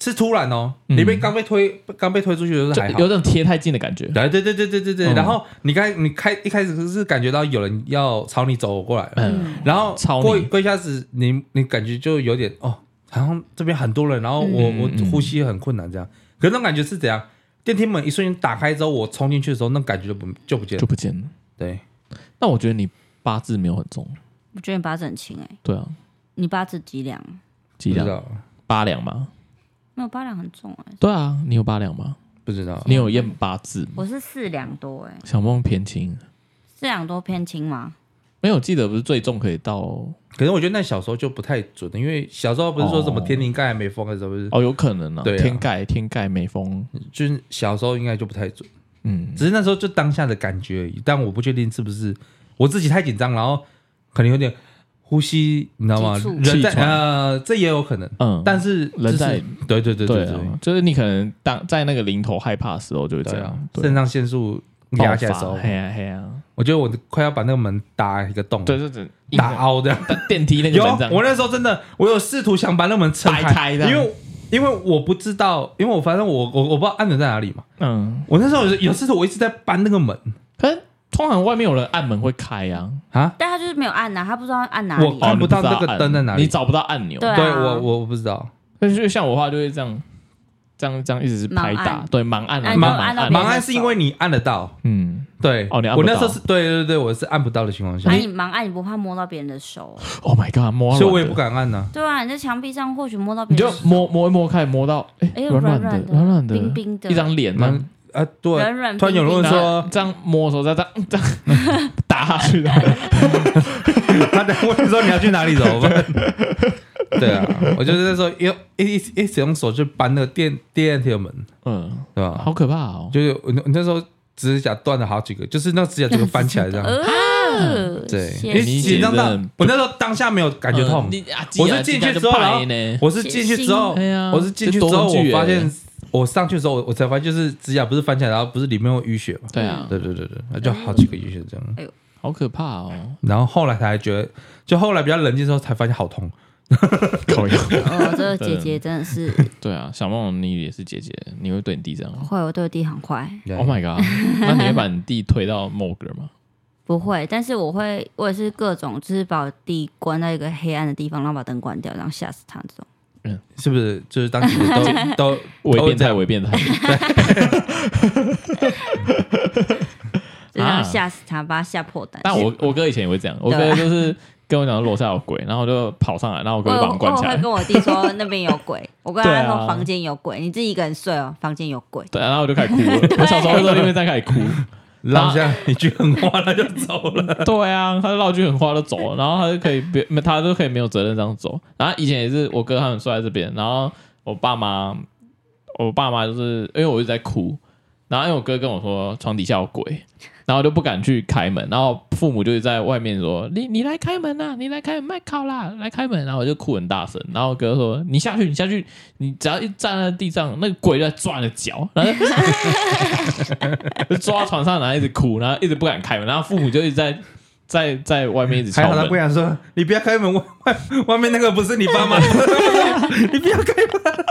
是突然哦，嗯你被刚被推刚被推出去的时候就还好有。种贴太近的感觉。对对对对对对对，嗯然后你开你开一开始是感觉到有人要朝你走过来了，嗯，然后超过你过一下子，你你感觉就有点哦，好像这边很多人，然后我、嗯我呼吸很困难这样。可是那种感觉是怎样？电梯门一瞬间打开之后，我冲进去的时候，那感觉就不就不见就了。不见了。对，但我觉得你八字没有很重，我觉得你八字很轻哎，对啊，你八字几两？几不知两？道，八两吗？没有八两很重哎，对啊，你有八两吗？不知道。你有验八字吗？我是四两多哎，小梦偏轻，四两多偏轻吗？没有记得不是最重可以到哦，可是我觉得那小时候就不太准，因为小时候不是说什么天灵盖还没封的时候，不是、有可能啊。对啊天盖天盖没风，就是小时候应该就不太准，嗯，只是那时候就当下的感觉而已。但我不确定是不是我自己太紧张，然后可能有点呼吸，你知道吗急促？人在气喘呃，这也有可能。嗯但是就是人在对对对对对啊，就是你可能当在那个临头害怕的时候就会这对样啊，，对肾上腺素压起来的时爆候发，嘿啊嘿啊，我觉得我快要把那个门打一个洞，对，对对，嗯打 凹这样。但电梯那有个门这样，我那时候真的，我有试图想把那个门撑掰开因的为因为我不知道，因为我反正我我我不知道按钮在哪里嘛。嗯，我那时候有有试图，我一直在搬那个门可是通常外面有人按门会开啊，啊，但他就是没有按呐，他不知道按哪我里啊。看不到哦你那个知道按灯在哪里你找不到按钮。对啊对我我我不知道，但是就像我的话就会这样，这样这样一直是拍盲打按，对，盲按啊，按就钮是按到按，别盲人按是因为你按得到，嗯，对，哦你按不我那到时候是对对对，我是按不到的情况下那，啊你盲按，你不怕摸到别人的手？啊，Oh my god，摸到软的，所以我也不敢按呢。对啊，你在墙壁上或许摸到你别就人的手，摸摸一摸开，摸到哎哎，软软的，的、软软的，冰冰的，一张脸呢，啊，对，软软突然有人冰冰问的然后说， 这样摸的时候再这样这样打下去的，他等下问你说你要去哪里怎 么办？对啊，我就是那时候用一一一直用手去扳那个电电梯的门，嗯，对吧？好可怕哦！就是我那我那时候指甲断了好几个，就是那指甲整个翻起来这样。呃， 对，谢因谢为你紧张到你真的我那时候当下没有感觉痛嗯，你啊我鸡是啊进鸡啊去就之后，然拜后呢，我是进去之后哎呀，我是进去之这后，多恐惧我发欸现我上去的时候，我我才发现就是指甲不是翻起来，然后不是里面有淤血嘛？对啊，对对对对，那就好几个淤血这样。好可怕 哦！然后后来才觉得，就后来比较冷静之后才发现好痛。哦，这个姐嗯姐真的是对啊，小梦你也是姐姐，你会对你弟这样吗会，我对我弟很坏， ？Oh my god！那你会把你弟推到某个吗？不会，但是我会，我也是各种，就是把我弟关到一个黑暗的地方，然后把灯关掉，然后吓死他这种。是不是就是当时 都都伪变态，都伪变 态，就然后吓死他，把他吓破胆。啊但我我哥以前也会这样，我对哥啊就是跟我讲说楼下有鬼，然后我就跑上来，然后我我哥就把我关我起会来。哦跟我弟 说那边有鬼，我跟对他啊说房间有鬼，你自己一个人睡哦，房间有鬼。对，然后我就开始哭了。 我小时候在那边在开始哭。让下你去很花了就走了。对啊，他就绕句狠话就走了，然后他就可以别，没他就可以没有责任这样走。然后以前也是我哥他们睡在这边，然后我爸妈，我爸妈就是因为我一直在哭，然后因为我哥跟我说床底下有鬼，然后我就不敢去开门，然后父母就在外面说你你来开门呐、你来开门麦考啦，来开门，然后我就哭很大声，然后我哥说你下去你下去，你只要一站在地上，那个鬼就在抓你的脚，然后就就抓到床上，然后一直哭，然后一直不敢开门，然后父母就一直在在在外面一直还敲好他门不，想说，你不要开门，外外外面那个不是你爸妈， 你不要开门。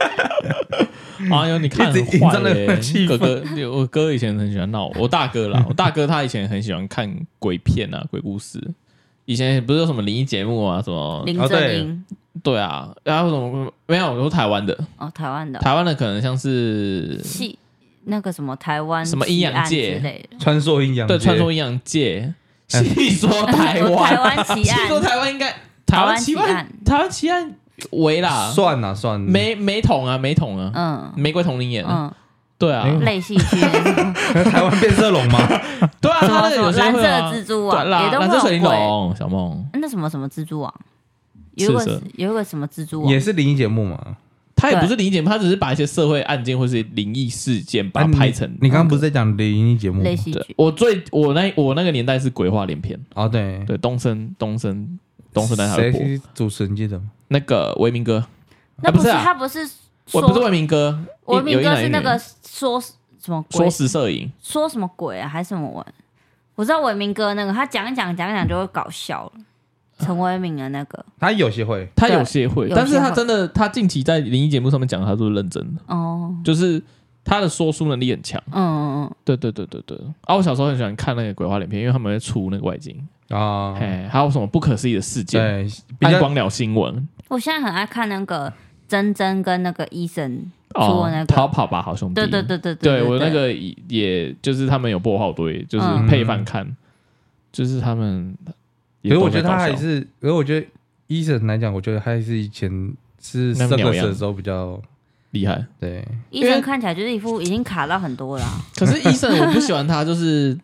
哎呦，你看嗯一直很营坏造那个耶气哥氛哥，我哥以前很喜欢闹我，我大哥 啦，我大哥他以前很喜欢看鬼片啊、鬼故事。以前不是有什么灵异节目啊，什么林哦正对英对啊，然后什么没有，我是台湾的，哦，台湾的台湾的可能像是戏那个什么台湾什么奇阴阳案界之类的，穿梭阴阳街，对穿梭阴阳 界，细说台台 湾， 湾奇细说案，台湾应该台湾奇台湾奇案案，台湾奇案为啦，算了算了，梅梅桶啊，梅桶啊，嗯玫瑰同林演，嗯，对啊，嗯类戏剧那种，台湾变色龙吗？对啊，什么他那个什有么些蓝色会啊蜘蛛对网啦也都蓝色水会有玲鬼。珑，小梦，那什么什么蜘蛛网，有一赤个色有一个什么蜘蛛网也，是灵异节目嘛？他也对不是灵异节目，他只是把一些社会案件或是灵异事件把啊它拍成你。你刚刚不是在讲灵异节目吗？类戏对剧，我最我那我那个年代是鬼话连篇，哦，对，对东升东升东升那台会播谁主持人记得吗？那个维明哥，那啊不不是是啊他不是我说不是维明哥，文有明一哥男一是女那个说什么鬼说时摄影，说什么鬼啊，还是什么文？我知道文明哥那个，他讲一讲讲一讲就会搞笑了。陈伟敏的那个他有些会，他对有些会，有些但是他会真的他近期在灵异节目上面讲，他都是认真的，哦，就是他的说书能力很强。嗯嗯嗯，对对对对对。啊，我小时候很喜欢看那个鬼话连篇，因为他们会出那个外景，啊，哎，还有什么不可思议的事件，对，比暗较光鸟新闻，我现在很爱看那个珍珍跟那个医生，出哦了那，个逃跑吧，好兄弟，对对对对对对，我那个也也就是他们有播好多，就是嗯配饭看，就是他们可也是都我在搞笑。觉得他还是，可是我觉得医生来讲，我觉得还是以前是那这个鸟个样的时候比较厉害。对，医生看起来就是一副已经卡到很多了啊，可是医生，我不喜欢 他，就是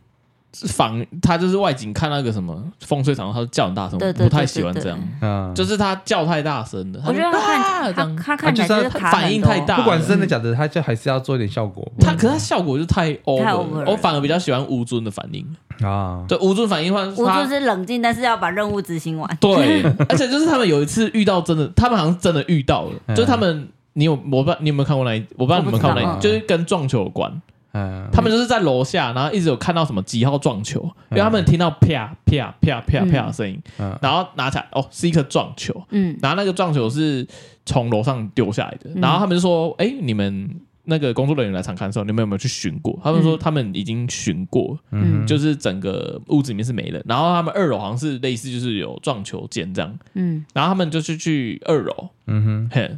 仿他就是外景看那个什么风吹草动，他就叫很大声，对我对不太对喜欢对这样，嗯，就是是他叫太大声了。我觉得就他啊这看样他他看起来就是卡反应太很多大不管是真的假的，他就还是要做一点效果他可是他效果就太 over，太了 over 了我反而比较喜欢吴尊的反应。啊。对，吴尊反应的话，我他就是冷静，但是要把任务执行完。对， 而且就是他们有一次遇到真的，他们好像真的遇到了，嗯就是他们，你有我不知道你有没有看过那一，我不知道你有没有看过那我一，不知就道是跟撞球有关，嗯，他们就是在楼下，然后一直有看到什么几号撞球，因为他们听到啪啪啪啪啪的声音，嗯然后拿起来哦是一颗撞球，嗯，然后那个撞球是从楼上丢下来的，嗯然后他们就说，哎，你们。那个工作人员来场看的时候，你们有没有去巡过？他们说嗯他们已经巡过，嗯嗯，就是整个屋子里面是没人，然后他们二楼好像是类似就是有撞球间这样，嗯，然后他们就是去二楼，嗯哼，嘿，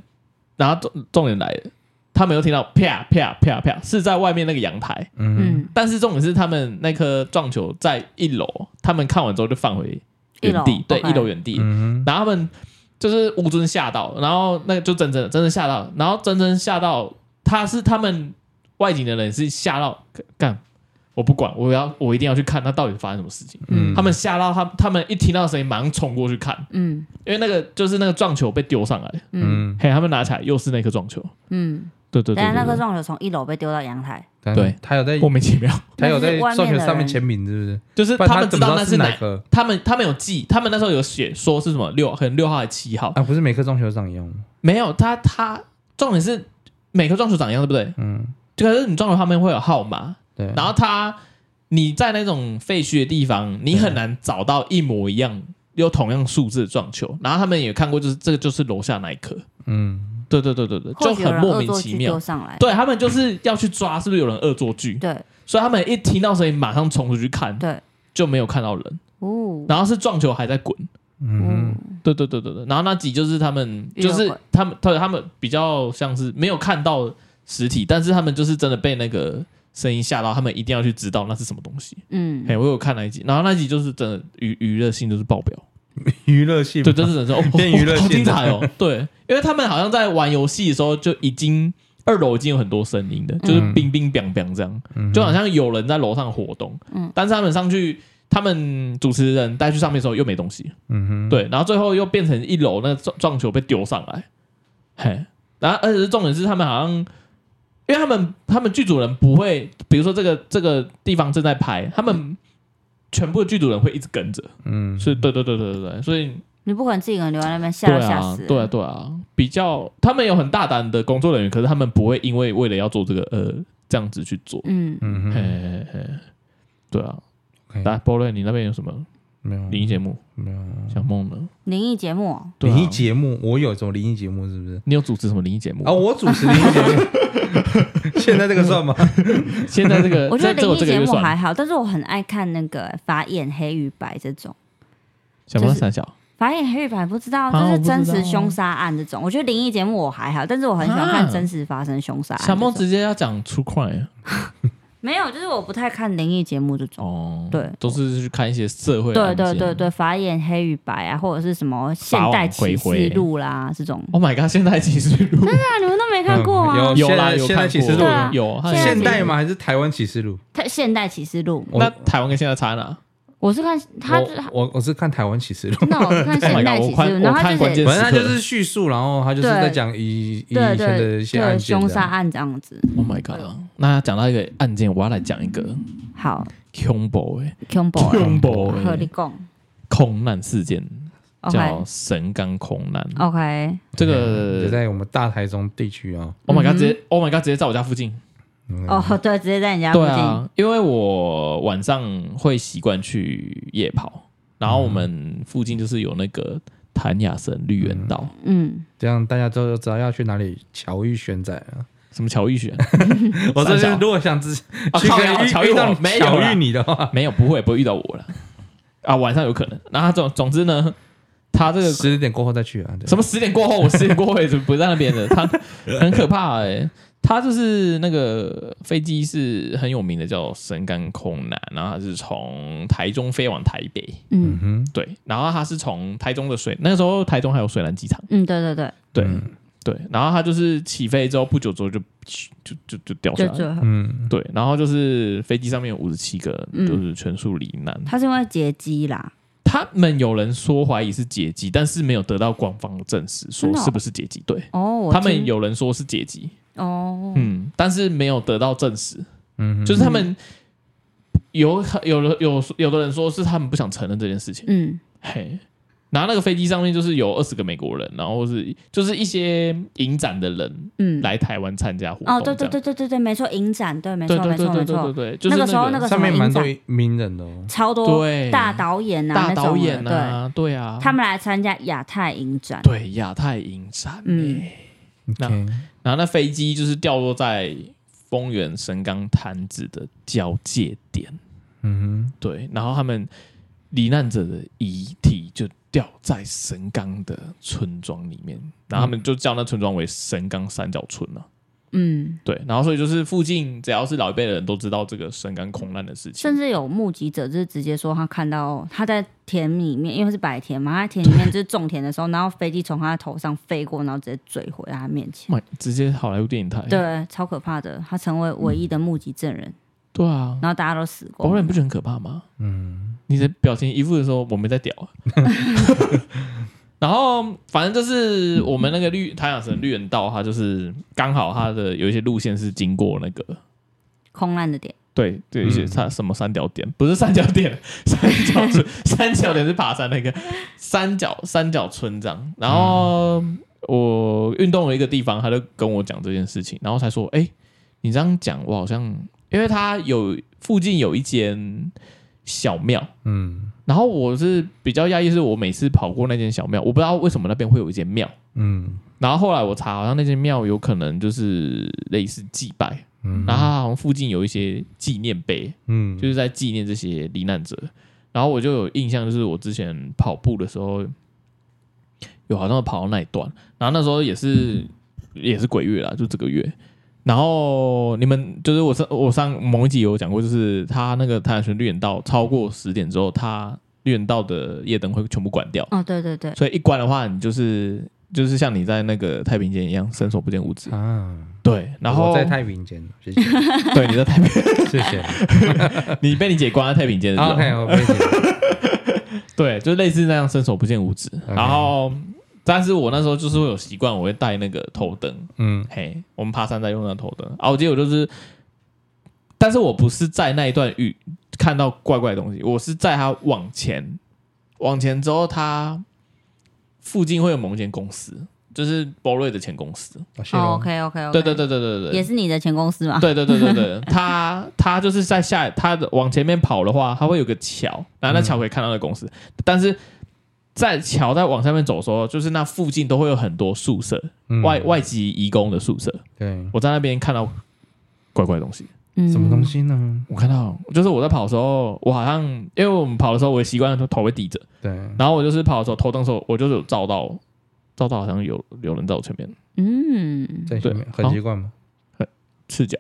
然后重重点来了，他们又听到啪啪啪啪，是在外面那个阳台，嗯哼，嗯，但是重点是他们那颗撞球在一楼，他们看完之后就放回原一地楼，对， OK 一楼原地，嗯然后他们就是吴尊吓到，然后那个就真真的真的吓到，然后真真吓到，他是他们外景的人是吓到干。我不管，我要我一定要去看他到底发生什么事情。嗯他们吓到他，他们一听到声音马上冲过去看，嗯因为那个就是那个撞球被丢上来，嗯嗯，嘿，他们拿起来又是那颗撞球，嗯，对对对但是那对个对，撞球从一楼被丢到阳台，对他有在莫名其妙，他有那在是外面授权的上面人签名，是不是？就是不然们怎知么道那知道是哪哪，颗？他们他们有记，他们那时候有写说是什么六，可能六号还七号，啊，不是每颗中球长一样吗？没有他他重点是每颗撞球长一样，对不对？嗯，就可是你撞球他们会有号码，对。然后他你在那种废墟的地方，你很难找到一模一样又同样数字的撞球。然后他们也看过，就是这个就是楼下那一颗，嗯，对对对对对，就或许有很人莫恶名作其剧妙丢。上来，对他们就是要去抓，是不是有人恶作剧？对所以他们一听到声音马上冲出去看，对，就没有看到人。哦，然后是撞球还在滚，嗯对对对对对。然后那集就是他们，遇到就鬼是他们，他他们比较像是没有看到实体，但是他们就是真的被那个声音吓到，他们一定要去知道那是什么东西。嗯哎、，我有看那一集，然后那一集就是真的娱娱乐性就是爆表，娱乐性对，真是真是哦，变娱乐性好精彩哦，对，因为他们好像在玩游戏的时候就已经二楼已经有很多声音的，就是嗯冰冰冰冰这样，就好像有人在楼上活动，嗯但是他们上去。他们主持人带去上面的时候又没东西，嗯哼，对，然后最后又变成一楼那个撞撞球被丢上来，嘿，然后而且是重点是他们好像，因为他们他们剧组人不会，比如说这个这个地方正在拍，他嗯们全部的剧组人会一直跟着，嗯，所以对对对对对对，所以你不可能自己一个人留在那边，吓对都吓啊死，对啊，对啊，比较他们有很大胆的工作人员，可是他们不会因为为了要做这个呃这样子去做，嗯，嗯嘿嘿哼嘿嘿，对啊， ，OK，来波瑞，你那边有什嗯么没有灵异节目？没有小梦呢？灵异节目哦哦，对啊灵异节目，我有什么灵异节目是不是？你有主持什么灵异节目啊，我主持灵异节目， 现在这个算吗？ 现在这个， 我觉得呃这这灵异这个节月目算还好，但是我很爱看那个法眼黑与白这种。小猫三小，法眼黑与白不知道，啊就我是不知道真实凶杀案这种。我觉得灵异节目我还好，但是我很喜欢啊看真实发生凶杀案这小种。梦直接要讲出啊快没有，就是我不太看灵异节目这种。哦，对都是去看一些社会对案件对对。对，法眼黑与白啊，或者是什么现代启示录啦这种。 Oh my god！现代启示录那啊你们都没看过吗嗯？ 有现啦，代有现代看启示对过啊录，有它有现现代吗？还是台湾启示录？它现代启示录，那台湾跟现在差哪？我是看它，我我我是看台湾启示录，那我看 Oh my 现代 god，启我示看录，然后我看它就关是键反正他时刻就是叙述，然后他就是在讲以以以对前的对一些案对啊件这凶杀样，案这样子。 Oh my god！那啊讲到一个案件，我要来讲一个好 combo 哎，Combo，和你，combo 哎，讲空难事件叫嗯，OK 神冈空难，哦 OK，这也个在我们大台中地区啊。嗯 Oh my 嗯 god！哼直接 Oh my god！直接在我家附近，哦对，直接在你家附对近，啊，因为我晚上会习惯去夜跑，然后我们附近就是有那个谭雅神绿园道，嗯，这样大家都知道要去哪里巧遇选仔啊。什么乔玉选我这三小边如果 想知啊，去靠可呀，以乔遇玉遇到我没有巧啦遇你的话，没有，不会不会遇到我了啊，晚上有可能。然后总总之呢，他这个十点过后再去啊。对什么十点过后，我十点过后也不在那边的，他很可怕哎、他就是那个飞机是很有名的，叫神冈空难，然后他是从台中飞往台北，嗯嗯哼，对，然后他是从台中的水，那时候台中还有水南机场，嗯，对对对，对、嗯对，然后他就是起飞之后不久之后就就就就掉下就来了，就嗯，对，然后就是飞机上面有五十七个人，嗯就是全数罹难，他是因为劫机啦，他们有人说怀疑是劫机，但是没有得到官方的证实，说真的哦是不是劫机，对。哦，我他们听有人说是劫机，哦，嗯，但是没有得到证实，嗯就是他们有有的有有的人说是他们不想承认这件事情，嗯嘿，然后那个飞机上面就是有二十个美国人，然后是就是一些影展的人嗯，来台湾参加活动，哦，对对对对对对，没错，影展，对，没这错样，没对对对对错，没对错，对，就是那个时候那个个上面蛮多名人的哦。超多对大导演啊，大导那演种的啊，对啊对，，他们来参加亚太影展，对亚太影展，嗯嗯，然后那飞机就是掉落在丰原神冈滩子的交界点，嗯对，然后他们罹难者的遗体就掉在神冈的村庄里面，然后他们就叫那村庄为神冈三角村啊。嗯，对，然后所以就是附近只要是老一辈的人都知道这个神冈空难的事情甚，至有目击者就是直接说他看到他在田里面，因为是白田嘛，他在田里面就是种田的时候，然后飞机从他的头上飞过，然后直接坠毁在哦他面前，妈直接好莱坞电影台，对，超可怕的，他成为唯一的目击证人，对啊，然后大家都死偶光。然你不觉得很可怕吗？嗯，你的表情一副的时候，我没在屌、啊。 然后反正就是我们那个绿台养神绿人道，它就是刚好它的有一些路线是经过那个。空难的点，对对，一些嗯它什么三角点，不是三角点， 三角村，三角点是爬山那个三角三角村这样。然后我运动了一个地方，他就跟我讲这件事情，然后才说，哎、你这样讲，我好像，因为他有附近有一间小庙，嗯然后我是比较压抑，是我每次跑过那间小庙，我不知道为什么那边会有一间庙。嗯然后后来我查，好像那间庙有可能就是类似祭拜，嗯，然后它好像附近有一些纪念碑，嗯就是在纪念这些罹难者。然后我就有印象，就是我之前跑步的时候，有好像跑到那一段，然后那时候也是也是鬼月啦，就这个月。然后你们就是我上我上某一集有讲过，就是他那个太阳神绿眼道超过十点之后，他绿眼道的夜灯会全部关掉，哦，对对对，所以一关的话，你就是就是像你在那个太平间一样，伸手不见五指。啊，对，然后我在太平间，谢 谢对你在太平， 谢谢。你被你姐关在太平间的时候 OK，我理解。对，就类似那样伸手不见五指。 OK 然后，但是我那时候就是会有习惯，我会带那个头灯。嗯嘿，我们爬山在用那个头灯啊，我记得我就是，但是我不是在那一段遇看到怪怪的东西，我是在它往前往前之后，它附近会有某一间公司，就是博瑞的前公司。哦谢哦喽。 ，OK OK OK，对对，对对对对对，也是你的前公司嘛，对对对对对，他他就是在下他的往前面跑的话，他会有个桥，然后那桥可以看到那公司，但是在桥在往上面走的时候，就是那附近都会有很多宿舍，嗯外外籍移工的宿舍，对我在那边看到怪怪的东西，嗯什么东？西呢？我看到就是我在跑的时候，我好像因为我们跑的时候，我也习惯了头会低着，对，然后我就是跑的时候头灯的时候，我就是有照到照到好像有有人在我前面嗯，在前面对很奇怪吗？赤脚，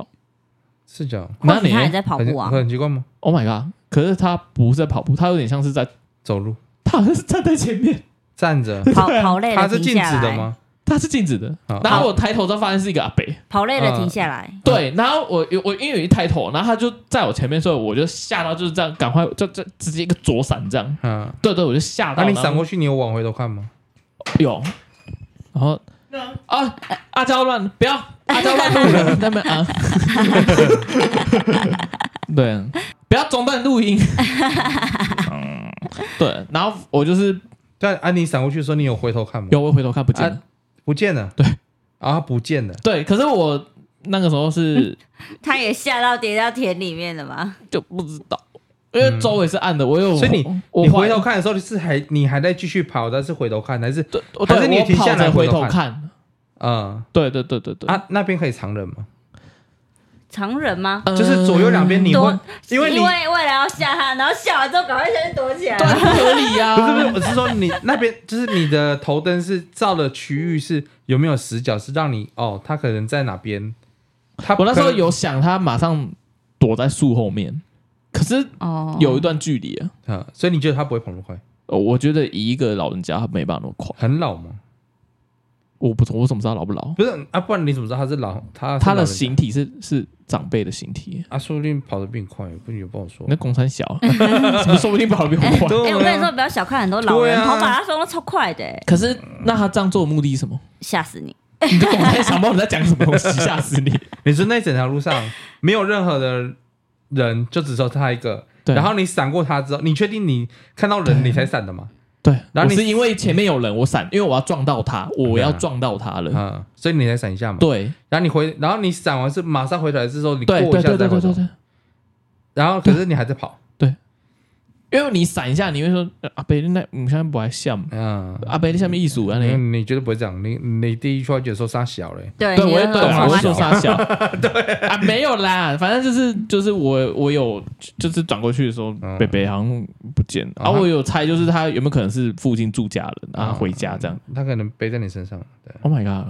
视角或那许你他也在跑很步啊，很奇怪吗？ Oh my god！可是他不是在跑步，他有点像是在。走路他好像是站在前面，站着，跑跑累它了是停静下止的来，吗？啊他是静止的。好然后我抬头，就发现是一个阿北。跑累了嗯停下来，对，然后我我因为有一抬头，然后他就在我前面，所以我就吓到，就是这样，赶快就就直接一个左闪这样。嗯，对对，我就吓到。那你然后闪过去，你有往回头看吗？有，然后啊，阿娇乱，不要阿娇乱录了，他们啊，对，不要中断录音。嗯，对，然后我就是对啊，你闪过去的时候，你有回头看吗？有我回头看不见了。啊不见了。对，啊，不见了。对，可是我那个时候是他也吓到跌到田里面了嘛，就不知道，因为周围是暗的，我有，嗯所以我你回头看，看的时候，你是还你还在继续跑，但是回头看还是对，我还是你对我停下跑来着回回头头看，嗯对对对对对，啊那边可以藏人吗？常人吗？呃就是左右两边你会多，因为你因为为了要吓他，然后吓完之后赶快先躲起来对。啊 合理呀，不是不是，我是说你那边就是你的头灯是照的区域是有没有死角，是让你哦，他可能在哪边？他我那时候可能有想他马上躲在树后面，可是哦有一段距离啊，啊，所以你觉得他不会跑那么快？呃我觉得以一个老人家他没办法那么快，很老吗？我不我怎么知道老不老？不是啊，不然你怎么知道他是老？他是他老的人形体是是长辈的形体，啊，说不定跑得比你快，不也不好说那。公山小，啊 说不定跑得比我快。哎、对啊我跟你说，不要小看很多老对人、啊跑马拉松都超快的、可是，那他这样做的目的是什么？吓死你！你就拱太小猫，你在讲什么东西？吓死 你！你说那整条路上没有任何的人，就只有他一个。对然后你闪过他之后，你确定你看到人你才闪的吗？对，然后我你是因为前面有人，我闪，因为我要撞到他，我要撞到他了。嗯，所以你才闪一下嘛。对然后你回，然后你闪完是马上回来之后，你过对一对下对再对回对头对，对，然后可是你还在跑。因为你闪一下，你会说呃阿北，那你现在不还像吗嗯，阿北，你下面艺术啊你。你绝对不会这样，你你第一句话就说杀小嘞，对对，你我会就对说啊，哇我会说傻小，对啊，没有啦，反正就是就是我我有就是转过去的时候嗯，北北好像不见了，啊，啊我有猜就是他有没有可能是附近住家人啊，回家这样。他可能背在你身上，对， Oh my god！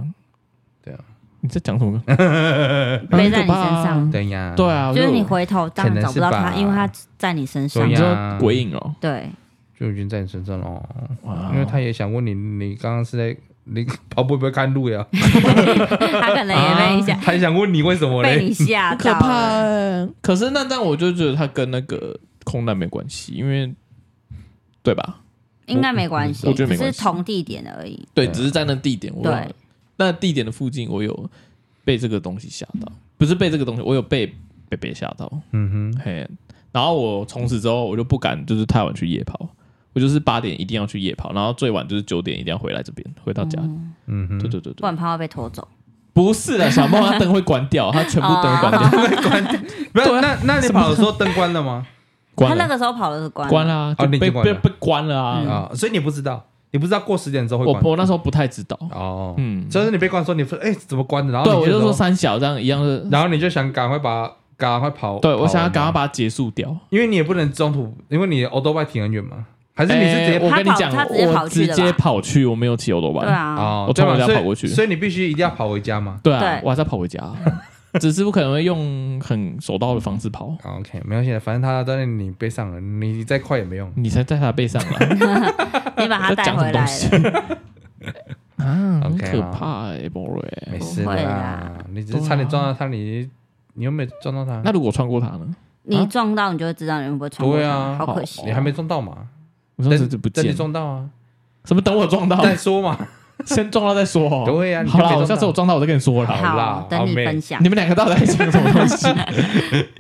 对啊，你在讲什么？背在很你身可怕啊上，对呀，对，啊，就是我你回头当然找不到可能他，是吧因为他在你身上对你。呀知道鬼影哦，对， 就已经在你身上了哦，哇因为他也想问你，你刚刚是在你跑步会不会看路呀？他可能也被影啊响，还想问你为什么被嘞？你吓可到怕了。欸。可是那但我就觉得它跟那个空难没关系，因为对吧？应该没关系，我觉得只没关是系同地点而已。对，对啊只是在那地点，我对有那地点的附近，我有被这个东西吓到，不是被这个东西，我有被被被吓到。嗯哼，嘿，然后我从此之后我就不敢就是太晚去夜跑，我就是八点一定要去夜跑，然后最晚就是九点一定要回来这边，回到家。嗯哼，对对对不对，然怕会被拖走。不是的，小梦它灯会关掉，它全部灯会关哦掉，没有，对啊那那你跑的时候灯关 了吗？他关那了个时候跑的是关关，啦，哦就你已被经关被了被关了嗯啊！啊，所以你不知道，你不知道过十点之后会我关。我那时候不太知道，哦，嗯，就是你被关说你哎怎么关的，然后对，你我就说说，三小这样一样是，然后你就想赶快把赶快跑，对我想要赶快跑完嘛，把它结束掉。因为你也不能中途，因为你 o d o b i 停很远嘛，还是你是直哎接我跟你他跑讲，他直接我跑去直的吧接跑去，我没有骑欧多对巴。啊，哦，我对从吧我家所以跑过去所以你必须一定要跑回家嘛。对啊，对我还在跑回 家，只是我可能会用很手刀的方式跑。好啊 OK，没关系的，反正他在你背上了，你再快也没用。你才在他背上了，你把 他在带讲什么回来东西了。 啊？很 OK 可啦怕哎，Boy。没事不会啦啦，你只是差点撞到他，你你又没撞到他那，如果穿过他呢？你撞到你就会知道你会不会穿过对它啊好可惜你。还没撞到嘛？我说这等就不等你见，哦撞到啊，什么等我撞到，再说嘛。 先撞到再说哦。对啊你好就没啦，撞我下次到我撞到我再跟你说啦。好啦等你好妹分享你。们两个到底在讲什么东 西？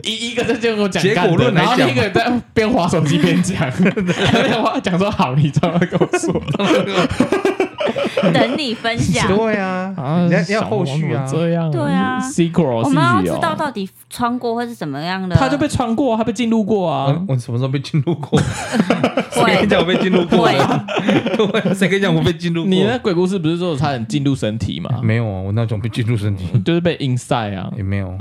一一个在这跟我讲结果干的论来然后讲另一个在边划手机边 讲，边划讲说好，你才会跟我说。等你 分享。对啊，啊，你要你要后续啊小王。怎么这样对啊，sequel 我们要知道哦，到底穿过会是怎么样的。他就被穿过，他被进入过啊我。我什么时候被进入过？谁跟你会 讲我被进入过的？对 谁跟你讲我被进入过？你那鬼故事不是说差点进入身体吗？没有啊？我那种被进入身体就是被 inside 啊也没 有，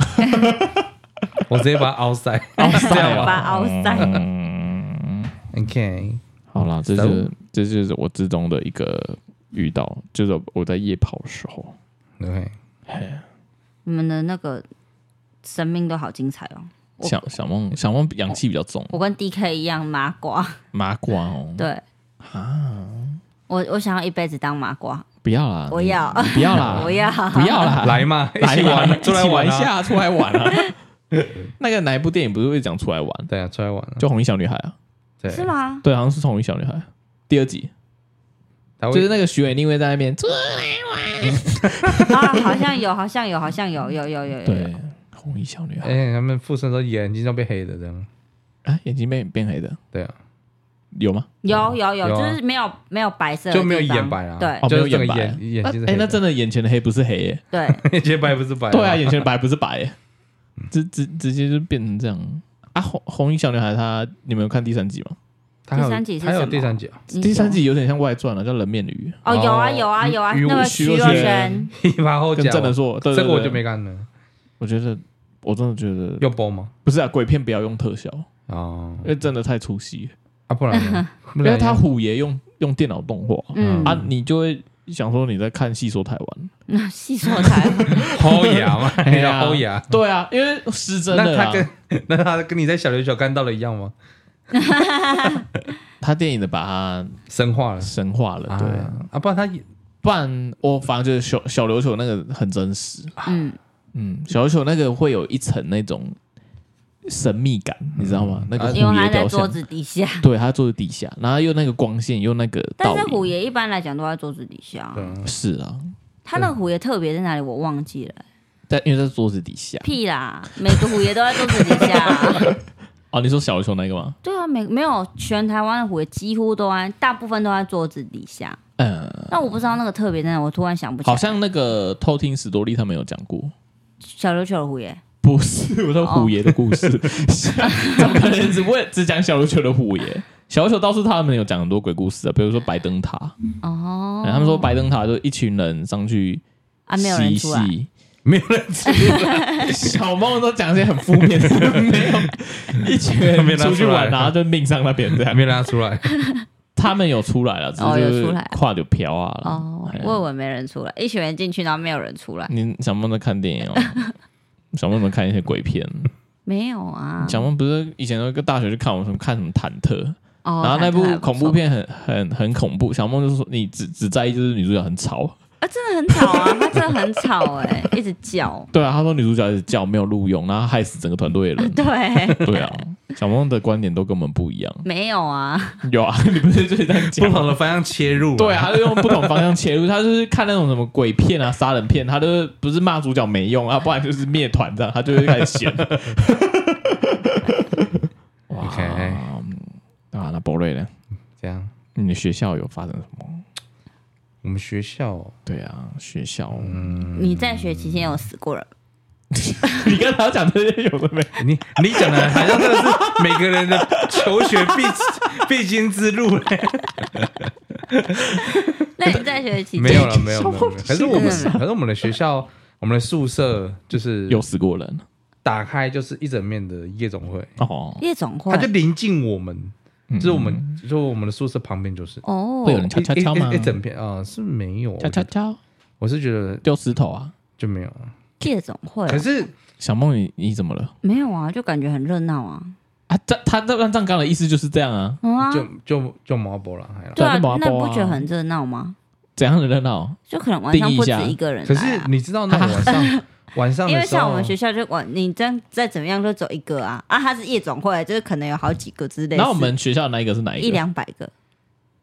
我直接把它 outside。 ，outside 啊。把凹塞。 OK，好啦，这走是这就是我之中的一个遇到，就是我在夜跑的时候，对，你们的那个生命都好精彩哦。我小小梦小梦阳气比较重，我跟 DK 一样麻瓜，麻瓜哦，对啊，我我想要一辈子当麻瓜，不要啦，我你要你不要啦，我要不要啦，来嘛，一啊 来起啦玩，出来一起玩玩一啊。 下，出来玩啊。那个哪一部电影不是会讲出来玩？对啊，出来玩啊。就红衣小女孩啊，对，是吗？对，好像是红衣小女孩第二集，他就是会那个徐伟宁会在那边，啊，好像有，好像有，好像有，有有有有有对，啊红衣小女孩，哎，他们附身的时候眼睛都被黑的这样。哎啊，眼睛变变黑的，对 啊，有吗？有有有，有啊就是没有没有白色的地就方，没有眼白啊，对哦就是整没个有眼白眼眼啊睛是哎黑，那真的眼前的黑不是黑耶，对，眼睛白不是白。对啊，，眼前的白不是白耶，直直直接就变成这样啊！红红衣小女孩她，你们有看第三集吗？他还有第三集是他有什么第三集啊。 你第三有集嗯有点像外传了，啊叫《人面鱼哦，有啊有啊哦有啊，与那我个徐徐若若瑄瑄，一把后》，跟脚啊郑，能硕，对哦这个我就，对对没看了。我觉得我真的觉得要播吗？不是啊，鬼片不要用特效，哦，因为真的太出戏了，啊，不然 呢？不因为然他虎爷用用电脑动画嗯啊，你就会想说你在看戏说台湾，嗯那细说 台湾 薅牙嘛，哎呀要薅牙。对啊，因为是真那的他啊，跟 那他跟你在小琉球看到的一样吗？他电影的把它生化了，神化了，对啊，啊，不然他也不然我反正觉得小小琉球那个很真实，嗯，嗯，小琉球那个会有一层那种神秘感，你知道吗？嗯那个虎因为爷他在雕桌像，子底下，对，他坐在底下，然后又那个光线，又那个倒但是虎影，爷一般来讲都在桌子底下啊，嗯是啊，他那个虎爷特别在哪里我忘记了，但因为在桌子底下屁啦，每个虎爷都在桌子底下 啊，哦，你说小琉球那个吗？对啊，每没有全台湾的虎爷几乎都在，大部分都在桌子底下，嗯，但我不知道那个特别在哪，我突然想不起来，好像那个偷听史多利他们有讲 过，小琉球的虎爷，不是我说虎爷的故事，哦 怎么可能只问只讲小琉球的虎爷？小琉球倒是他们有讲很多鬼故事啊，比如说白灯塔，哦嗯，他们说白灯塔就一群人上去啊没有嬉人出来，戏， 没有 人吃，小梦都讲一些很负面的，没有一群人 没拿出出来去玩，然后就命丧那边这样没。有人出 来。他们有出来了，只哦有是出就来是跨就飘啊啦。哦哎，呀我以为没人出来，一群人进去然后没有人出来，你小梦在看电 影哦，小梦有没有看一些鬼片？没有啊，小梦不是以前有一个大学去看我们看什么忐忑，哦，然后那部还还不错恐怖片很很很恐怖，小梦就是说你只只在意就是女主角很吵，啊，真的很吵啊，他真的很吵哎、一直叫。对啊，他说女主角一直叫没有录用，然后害死整个团队 的人， 对，对啊，小梦的观点都跟我们不一样，没有啊，有啊， 你不是最这样不讲吗？同的方向切入、对啊，，他就用不同方向切入，他就是看那种什么鬼片啊、杀人片，他都是不是骂主角没用啊，不然就是灭团这样，他就会开始嫌。 哇 OK 啊，那博瑞呢？这样。你的学校有发生什么？我们学校哦对啊，学校，你在学期间有死过人？你跟他讲这些有的没？你你讲的好像真的是每个人的求学必必 经 之路嘞、那你在学期间没有了，没有没有没有。啊可是我们真的可是我们的学校，我们的宿舍就是有死过人打开就是一整面的夜总会，哦，夜总会它就临近我们，嗯就是我们就是我们的宿舍旁边就是哦，会有人敲敲敲吗一一一整片啊、是没有敲敲敲，我是觉得丢石头啊！就没有。夜总会哦、可是小梦，你你怎么了？没有啊，就感觉很热闹啊。啊，他他这让站岗的意思就是这样啊，嗯啊，就就就毛博了，还啦对啊在那，麻那包啊不觉得很热闹吗？怎样的热闹？就可能晚上定义不一止下一个人可来是啊。你知 道那个晚上晚上的时候，因为啊像我们学校就晚，你这样再怎么样就走一个啊啊！它是夜总会，就是可能有好几个之类的。然后我们学校哪一个是哪一个？一两百个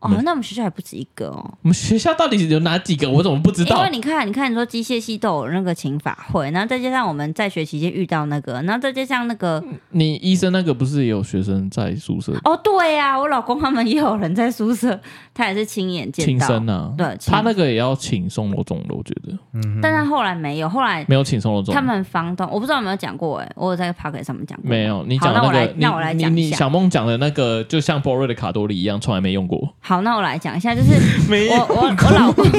哦没，那我们学校还不止一个哦。我们学校到底有哪几个？我怎么不知因道为？你看，你看，你说机械系都有那个请法会，然后再加上我们在学期间遇到那个，然后再加上那个，你医生那个不是也有学生在宿舍哦，对呀、我老公他们也有人在宿舍，他也是亲眼见轻到，生啊？对亲他那个也要请送楼中楼，我觉得但是后来没有，后来没有请送楼中楼他们房东，我不知道有没有讲过、哎，我有在 p o c k e t 上面讲过吗，没有。你讲的好那我来个，那我来你讲你一你下小梦讲的那个，就像波瑞的卡多里一样，从来没用 过。好，那我来讲一下，就是 我我我老公，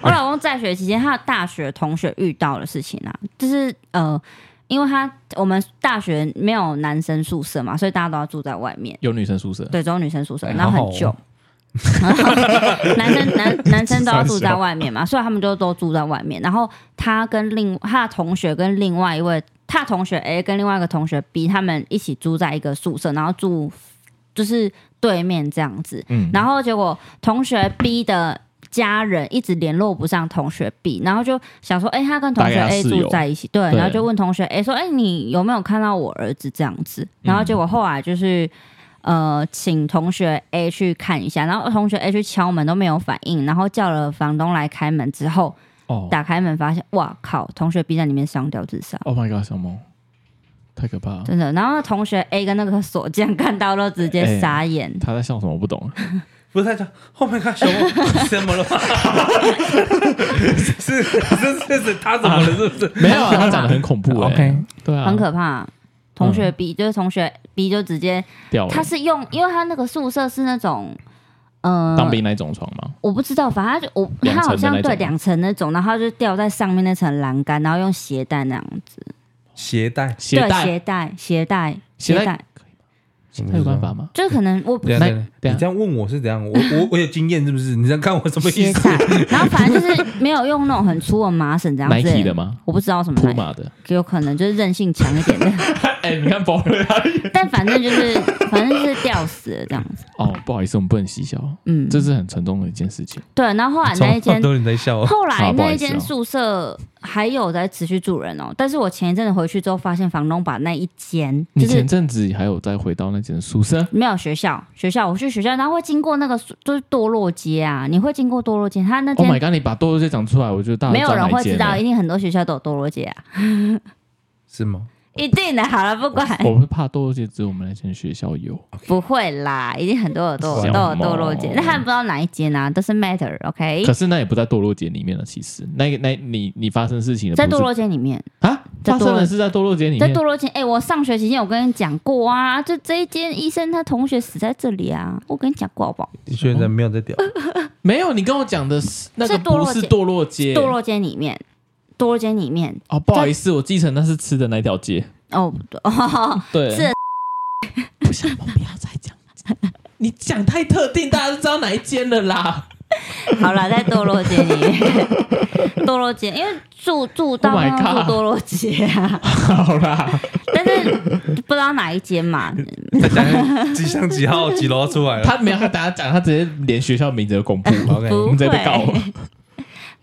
我老公在学期间，他的大学同学遇到的事情啊，就是呃，因为他我们大学没有男生宿舍嘛，所以大家都要住在外面，有女生宿舍，对，只有女生宿舍，哎然后很久。男生男男生都要住在外面嘛，所以他们就都住在外面。然后他跟另他的同学跟另外一位他的同学 A 跟另外一个同学 B 他们一起住在一个宿舍，然后住就是对面这样子。嗯然后结果同学 B 的家人一直联络不上同学 B，然后就想说，哎、他跟同学大概 A 室友住在一起，对，对然后就问同学 A 说，哎、你有没有看到我儿子这样子？嗯然后结果后来就是。呃，请同学 A 去看一下，然后同学 A 去敲门都没有反应，然后叫了房东来开门之后，哦打开门发现，哇靠，同学 B 在里面上吊自杀， ，Oh my god，小梦太可怕了。真的。然后同学 A 跟那个锁匠看到都直接哎傻眼，他在笑什么？我不懂。不是在讲后面看小梦什么了吗？ 是是是是，他怎么了？是不是？ 没有啊，他讲的很恐 怖哎。 OK 对啊，很可怕。同嗯学 B、就是同学 B 就直接，掉了他。是用，因为他那个宿舍是那种，嗯、当兵那一种床吗？我不知道，反正他就我两层的他好像那种对两层那种，然后他就吊在上面那层栏杆，然后用鞋带那样子， 鞋带，鞋对带鞋带鞋带鞋带带，他有办法吗？就是可能我等一下？那等一等一下下啊你这样问我是怎样？我我我有经验是不是？你这样看我什么意鞋思？带，然后反正就是没有用那种很粗的麻绳这样子、 Nike 的吗？我不知道什么铺 Nike，马的。 有可能就是韧性强一点的，哎，你看波瑞他但反正就是反正就是吊死了这样子， 哦，不好意思，我们不能嬉笑，嗯，这是很沉重的一件事情。对，然后后来从那一头间到尾你在笑哦。后来啊不好那意一思哦间宿舍还有在持续住人哦，但是我前一阵子回去之后，发现房东把那一间就你前是阵子还有再回到那间宿舍，没有学校，学校我去学校，然后会经过那个宿就是堕落街啊，你会经过堕落街，他那 Oh my god！间你把堕落街讲出来，我觉得大家没有知道人哪会一间欸知道，了一定很多学校都有堕落街啊，是吗？一定的。好了，不管我是怕堕落街只有我们那间学校有。不会啦，一定很多有堕小都有堕落街猫，那他们不知道哪一间啊，都是 matter，OK，、哦可是那也不在堕落街里面了。其实，那那你你发生事情了，在不堕是落街里面，啊，在发堕落生的是在堕落街里在面堕。落街，哎、我上学期间我跟你讲过啊，就这一间医生他同学死在这里啊，我跟你讲过好不好？你居然没有在 屌？没有，你跟我讲的是那个是堕不落街是堕落街。堕落街里面，堕落街里面，哦，不好意思，我继承那是吃的那条街。哦，对哦对，是不想我不要再讲，你讲太特定，大家都知道哪一间了啦。好了，在堕落街里面， 堕落街，因为住住到 Oh my 那 God 住堕落街 啊，好啦，但是不知道哪一间嘛，再讲几箱几号几楼出来了。他没有跟大家讲，他直接连学校名字都公布 了， OK，不我们直接被告会。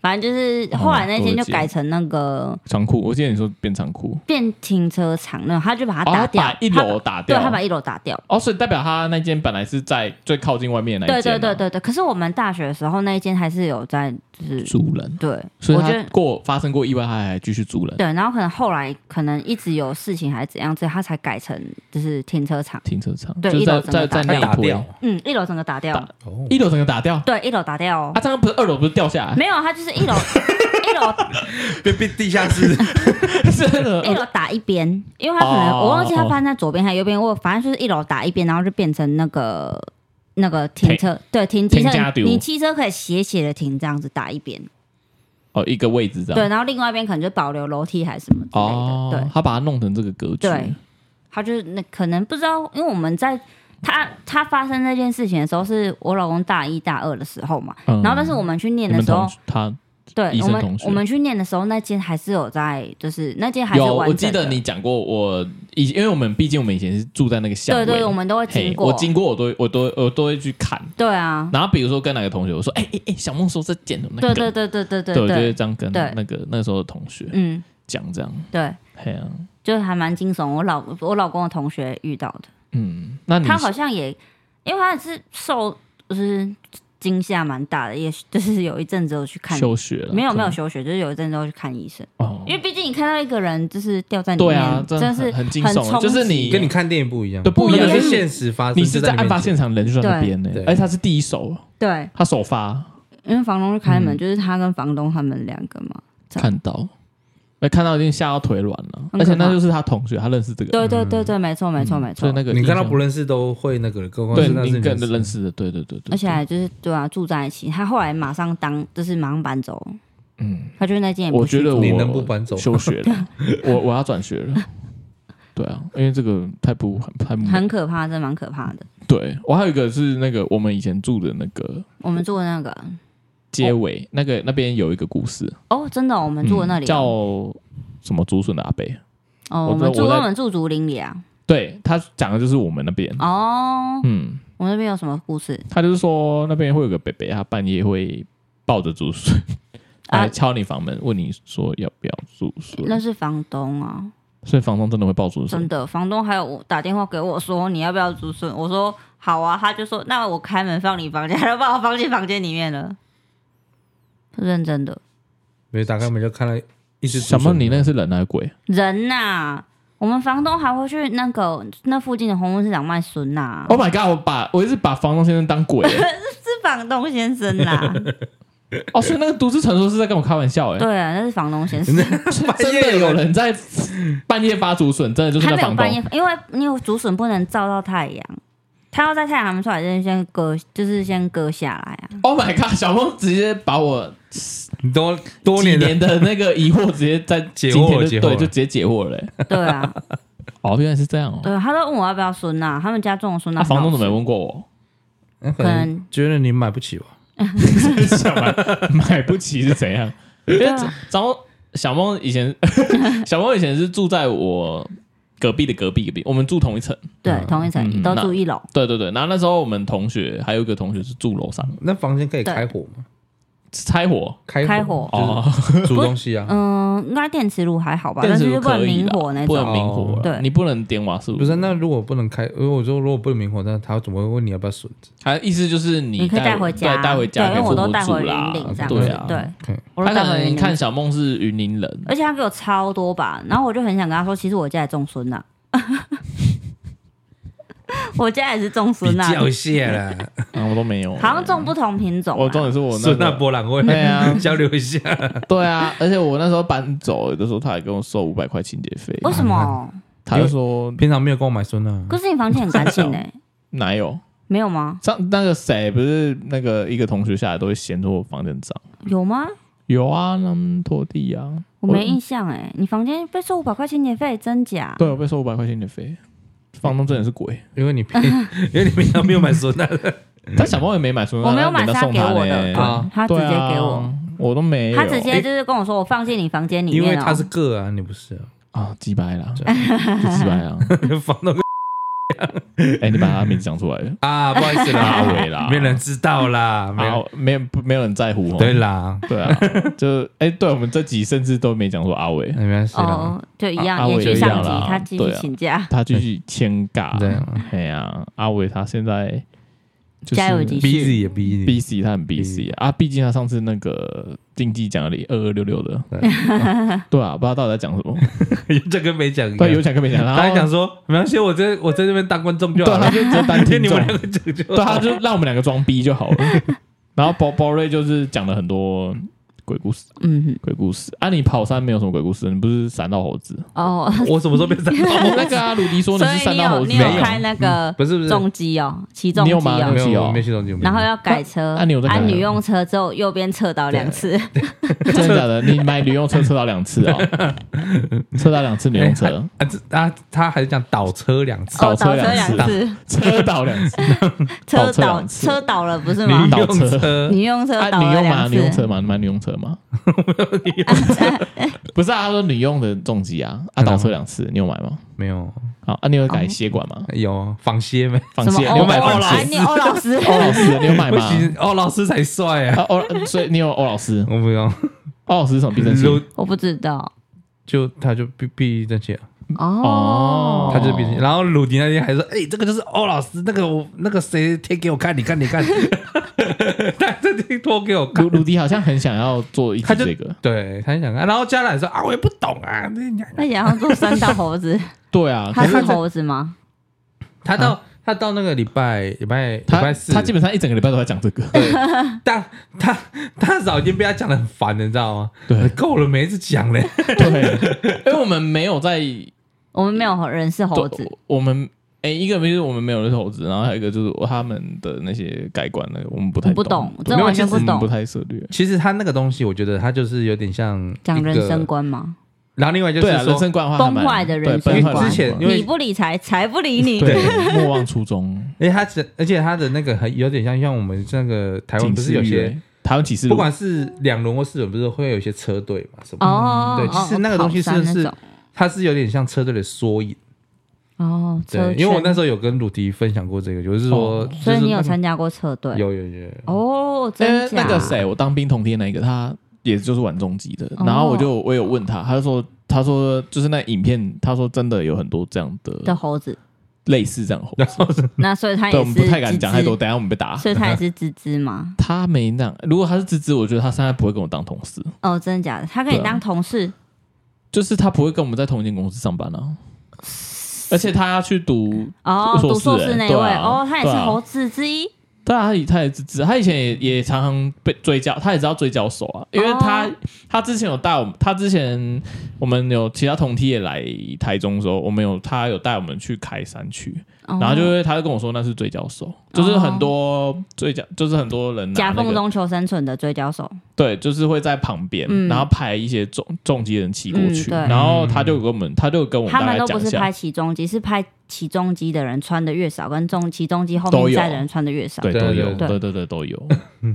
反正就是后来那间就改成那个长裤。我记得你说变长裤，变停车场那种，他就把它哦，他打掉，把一楼打对掉，他把一楼打掉。哦，所以代表他那间本来是在最靠近外面的那对一间、对啊，对对对，可是我们大学的时候那一间还是有在，就是租人，对，所以我他觉得过发生过意外，他还继续租人对，然后可能后来可能一直有事情还是怎样，所以他才改成就是停车场，停车场，对就是一楼在整个在在打那一掉坨，嗯，一楼整个打掉，打哦一楼整个打掉。对，一楼打掉哦啊，，这样不是二楼不是掉下来，没有，他就是一 楼一楼变变地下室， 是二楼一楼打一边，因为他可能、哦我忘记他翻在左边还是右边，我反正就是一楼打一边，然后就变成那个那个停车，对，停机停车家，丢你汽车可以斜斜的停，这样子打一边，哦一个位置这样。对，然后另外一边可能就保留楼梯还是什么之类的，哦对，。他把它弄成这个格局。对，他就是那可能不知道，因为我们在他他发生那件事情的时候，是我老公大一大二的时候嘛。嗯然后，但是我们去念你的们时候同，他对医我生同们学我们去念的时候，那间还是有在，就是那间还是有，完我整记得的你讲过，我以因为我们毕竟我们以前是住在那个巷对尾，对，我们都会经嘿，过，我经过我都我都我都会去看。对啊，然后比如说跟哪个同学，我说哎哎哎，小梦说这剪的那对个，对对对对对对，我就会这样跟对那个那时候的同学嗯，讲这样。对，嘿啊，就是还蛮惊悚。我老我老公的同学遇到的，嗯，那你他好像也，因为他也是受就是惊吓蛮大的，也 就是有一阵子我去看，休学了？没有没有可休学，就是有一阵子我去看医生。能哦因为毕竟你看到一个人就是掉在里面，对啊，真的的很是很惊很悚，冲就是击你跟你看电影不一样，对不一样那个是现实发生，你是就在在案发你面前现场人就在那边呢对，对而且他是第一手，对，他首发因为房东就开嗯门，就是他跟房东他们两个嘛。这样看到，哎，看到已经吓到腿软了，很而且可怕那就是他同学，他认识这个人，对对对对，没错没错没嗯所错以。那个嗯你看到印象不认识都会那个，更何况对是那是你你的跟事认识的，对对对对，而且还就是对啊，住在一起。他后来马上当就是马上搬走，嗯，他就是那间也不我去觉得住我你能不搬走休学 了，我我要转学了。对啊，因为这个太不太不很可怕，真的蛮可怕的。对我还有一个是那个我们以前住的那个我们住的那个街尾，那个那边有一个故事，哦，真的哦、我哦们住的那嗯里哦、叫什么竹笋的阿贝，哦，我我们知道我住在我们住竹林里啊。对他讲的就是我们那边，哦，嗯，我们那边有什么故事他就是说那边会有个北北，他半夜会抱着竹笋啊来敲你房门，问你说要不要竹那嗯笋，是房东啊。所以房东真的会抱竹真笋，的，房东还有我打电话给我说你要不要竹笋，我说好啊，他就说那我开门放你房间，他就把我放进房间里面了，是认真的。没有打开门就看到一只小梦，你那个是人还是鬼？人呐、我们房东还会去那个那附近的红木市场卖笋呐、 Oh my god！我把我一直把房东先生当 鬼欸、是房东先生啦，哦，所以那个都市传说是在跟我开玩 笑哎、对啊，那是房东先生。 真的有人在半夜发竹笋，真的就是他那没有房半夜东。，因为因为竹笋不能照到太阳，他要在太阳还没出来，就是先割，就是先割下来 啊。 Oh my god！小梦直接把我你多多几年的年的那个疑惑直接在解今天惑就了解惑对，了就直接解惑了欸、对啊，哦，原来是这样哦。对，啊他都问我要不要笋呐、他们家种的笋那呐、啊房东很好怎么吃没问过我？那可可能能觉得你买不起吧？ 想买买不起是怎样？因啊为张小梦以前， 小梦以前是住在我隔壁的隔壁隔壁，我们住同一层。对，同一层、嗯都那住一楼，对对对，然后那时候我们同学还有一个同学是住楼上，那房间可以对开火吗？拆火开开火火哦，就是煮东西啊？嗯，应该电磁炉还好吧，电但磁是炉就不能可以明啦火那不种。能明火啊哦，对你不能点瓦斯炉。不是，啊那如果不能开，因为我说如果不能明火，那他怎么会问你要不要笋子？他意思就是你你可以带回家对，带回家对给因为父我都母带煮回啦云顶这样，对子啊，。对，嗯我他都带可回能云你看顶。小梦是云林人，而且他给我超多把，然后我就很想跟他说，其实我家也种孙呐， 我家也是种孙呐，下啦，啊，我都没有，好像种不同品种啊。我重点是我孙那那个博览会对啊 交流一下， 对啊，而且我那时候搬走的时候，他还跟我收五百块清洁费，为什么？他就说平常没有跟我买孙啊可，是你房间很干 净哎，哪有？没有吗？上那个谁不是那个一个同学下来都会嫌我房间脏，有吗？有啊，那么拖地啊，我没印象哎，你房间被收五百块清洁费，真假？对我被收五百块钱的费，房东真的是鬼。因为你平， 因为你平常没有买孙 啊，但小猫也没买出，我没有买人家是他送给他我的呢对啊他直接对啊给我，我都没有，他直接就是跟我说，我放进你房间里因面哦为了他是个啊，你不是啊，啊，鸡掰 啦，就鸡掰啦！房东哎，你把他名字讲出来了，啊，不好意思阿啦，伟啦，没人知道啦， 没啊有，，没有不没有人在乎哦。对啦，对啊，就哎，对我们这集甚至都没讲说阿伟，没关系啦，哦，就一啊样，延我也续一上样集啦，他继续对啊请假，他继续牵哦尬，对啊哎呀，阿伟他现在就是加油继续，busy 也 busy， busy，他很 busy 啊，毕竟他上次那个竞技奖里二二六六的， 对啊，不知道到底在讲什么，这跟没讲一对，有样。讲跟没讲，然他还后讲说，没关系，我在我在这边当观众就对 好啊，他了，就直接单今听天你众们，两个讲就对，他啊就让我们两个装逼就 好了。然后包包瑞就是讲了很多鬼故事，嗯，鬼故事啊，你跑山没有什么鬼故事，你不是闪到猴 子？哦，我什么时 候变成？哦，那个啊，鲁迪说你所是以闪你到有猴子，你没有有开那个不是不是，重机哦，起重机你有吗哦没。有没有哦没有系统，没有然后要改车，啊你有在改啊吗女用车之后右边侧倒两次， 真的假的？你买旅用车测到两次啊、 测到两次旅用车，啊，这啊，他还是讲倒车两次，倒哦车倒车两次两次， 车到两次，倒车车倒两次车倒了哦不是吗女？倒用车车，女用车啊，倒女了用吗？两女用次，车吗？你买女用车 吗？不是啊，他说女用的重疾啊，啊倒车两次，你有买吗？没有好啊，你有改血管吗？有啊仿鞋没？放哦什么血，你欧有买欧放老血师，？啊你欧老师，欧老师，你有买不吗？行，哦，老师才帅啊！啊，欧，所以你有欧老师，我不用，欧老师是什么避震器？就 我不知道就他就避避震器啊，哦哦，他就是避震器。然后鲁迪那天还说：“哎，这个就是欧老师，那个我那个谁贴给我看，你看你 看，他这贴脱给我看。鲁鲁迪好像很想要做一集他就这个，”对，他想看。然后嘉兰说：“啊，我也不懂啊。那你”那也要做三道猴子，对啊，他可是是猴子吗？他到他到那个礼拜礼拜礼啊他拜四，他基本上一整个礼拜都在讲这个，但他他早已经被他讲的很烦了，你知道吗？对够了，没一次讲嘞。对， 因为我们没有在我们没有人是猴子，都我们哎，一个就是我们没有认识猴子，然后还有一个就是他们的那些改观呢，我们不太不懂懂，对真完全不懂我们不太涉略。其实他那个东西，我觉得他就是有点像讲人生一个。观吗？然后另外就是对啊，人说，生观的话还蛮崩坏的对人崩生坏的观人生因为理不理财，财不理你，对， 莫忘初衷。而且哎他只，而且他的那个很有点像像我们那个台湾不是有警示些，语台湾启示录，不管是两轮或四轮，不是会有一些车队嘛什么的？哦，对哦其实那个东西是跑山那种它是有点像车队的缩影。哦，对，因为我那时时候有跟鲁迪分享过这个，就是说哦，就是所以你有那个参加过车队？有有 有有哦，因真为假？哎那个谁，我当兵同梯的那一个，他也就是玩重机的，哦然后我就我有问他，他就说，他说就是那影片，他说真的有很多这样的的猴子，类似这样的猴，然后是 那所以他对，也我是们不太敢吱吱讲太多，，等一下我们被打。所以他也是吱吱 嘛？他没那样，如果他是芝芝，我觉得他现在不会跟我当同事，哦，真的假的？他跟对你啊当同事？就是他不会跟我们在同一间公司上班啊。而且他要去读，哦，硕士读硕士那一欸对位，啊哦，他也是对啊猴子之一。对啊，他也他也芝芝，他以前也也常常被追教，他也知道追教手啊，因为他、哦他之前有带我们，他之前我们有其他同梯也来台中的时候，我们有他有带我们去开山区，哦啊然后就会他就跟我说那是追教手，就是很多追教，就是很多人拿哦夹那缝个中求生存的追焦手，对，就是会在旁边，嗯然后排一些重重机人骑过去，嗯对然后他就跟我们，他就跟我们他大们概都讲不一是下拍，起重机，是拍起重机的人穿的越少，跟重起重机后都面有载的人穿的嗯越少。对，都对有，对对对对都有。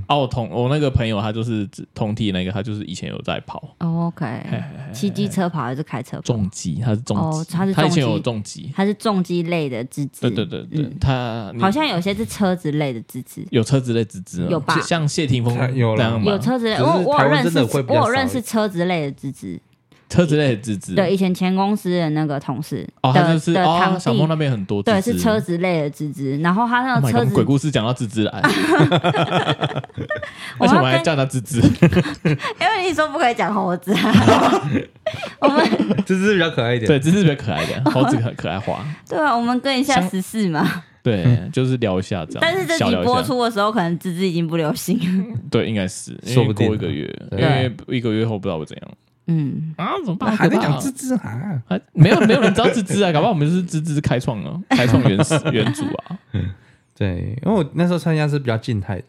啊，我同我那个朋友他就是同梯那个，他就是以前有在跑。哦，OK，骑机车跑还是开车跑？重击，他是重击、哦他是以前重击有重击，他是重机类的吱吱，对对对对，他你好像有些是车子类的吱吱，有车之类之之，有吧像谢霆锋他有这啦样嘛，有车子类，只是我我台有湾认真识的会，比我较有少认一识车子类的吱吱。车之类的之之，对，以前前公司的那个同事哦，他的就是的哦，堂小梦弟，那边很多对，之是之车。子类的吱吱。然后他那 Oh 个 my 车 god，子鬼故事讲到芝芝来， 我而且我要还跟，叫他芝芝，因为你说不可以讲猴子啊， 我们这只是比较可爱一点。对，芝芝比较可爱的，猴子很可爱 花，对啊，我们跟一下像时事嘛。对，就是聊一下这样。但是这小集聊一下播，出的时候，可能吱吱已经不流 行。对，应该是，因说为不定过一个月，因对为一个月后不知道会怎样嗯，啊？怎么办？还在好可怕讲哦芝芝啊？啊，没有没有人知道芝芝啊，搞不好我们是芝芝开创啊，开创原始原主啊对，因为我那时候参加是比较静态的，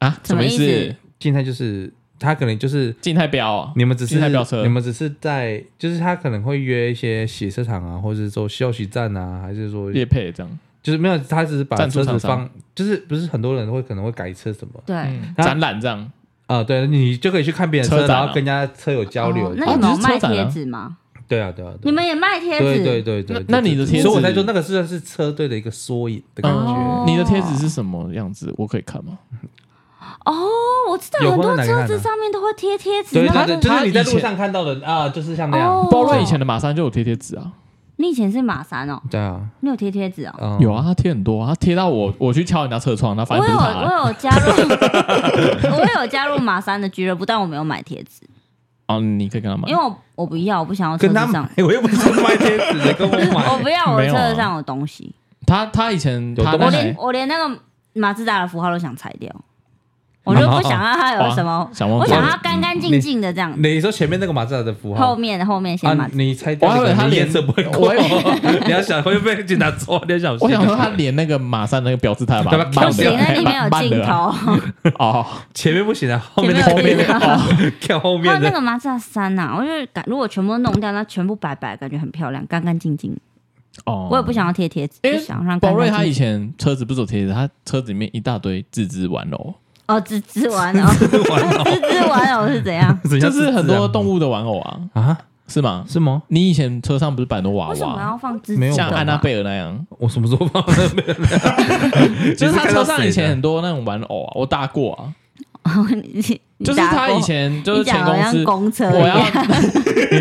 啊，什么意意思思？静态就是他可能就是静态标啊，你们只是静态飙车你们只是在，就是他可能会约一些洗车场啊，或者是说休息站啊，还是说叶配这样，就是没有，他只是把赞助车厂子商放，就是不是很多人会可能会改车什么对。嗯那展览这样，啊、对你就可以去看别人的车车，展啊然后跟人家车友交流。哦那你哦们有就是车卖展啊贴纸吗？对啊，对啊，你对啊们也卖贴对纸，对对对，那那对你的对贴所以我纸才说那个是是车队的一个缩影的感哦觉。你的贴纸是什么样子？我可以看吗？哦，我知道有很多放在哪里车看子啊上面都会贴贴纸，对那对个对，就是你在他以路前上看到的啊，就是像那样。哦，包瑞以前的马三就有贴贴纸啊，你以前是马三哦，对啊，你有贴贴纸哦。嗯有啊，他贴很多啊，他贴到我我去敲人家车窗，那我反正有不啊是他我啦。有加 入，我有加入马三的俱乐部，但我没有买贴纸，哦，你可以跟他买因为，我我不要，我不想要车跟子他上 买，，哎我又不是卖贴纸的，跟我我买。不要我没车有啊子上有东西，他他以前有他东那我西连台我连那个马自达的符号都想裁掉，我就不想让它有什么，想忘我记想了让它干干净净的这样。你说前面那个马自达的符后号面后面先马啊自，达，你猜我还以为他你连颜色不会过我以为， 你要想会被警察抓，你要小心。我想说他连那个马三那个标志他把把它慢跳不起行来，那里面有慢慢镜的啊头，哦，前面不行啊，后面前的后面面有的镜头。 哦， 看还有后面那的个马自达三呐，我就是感如果全部都弄掉，那全部白白，感觉很漂亮，干干净净。哦我也不想要贴贴纸，因就为想让宝干瑞他干净以净。前车子不是有贴纸，他车子里面一大堆自制玩偶，哦，只只玩哦， 只只玩偶是怎样？就是很多动物的玩偶啊，啊，是吗？是吗？你以前车上不是摆很多娃为什么娃，要放只没有啊像吧安娜贝尔那样？我什么时候放那边？就是他车上以前你是看到谁的很多那种玩偶啊，我搭过啊，你你就是打他过以前就你是前讲好公像司。公车一我要样，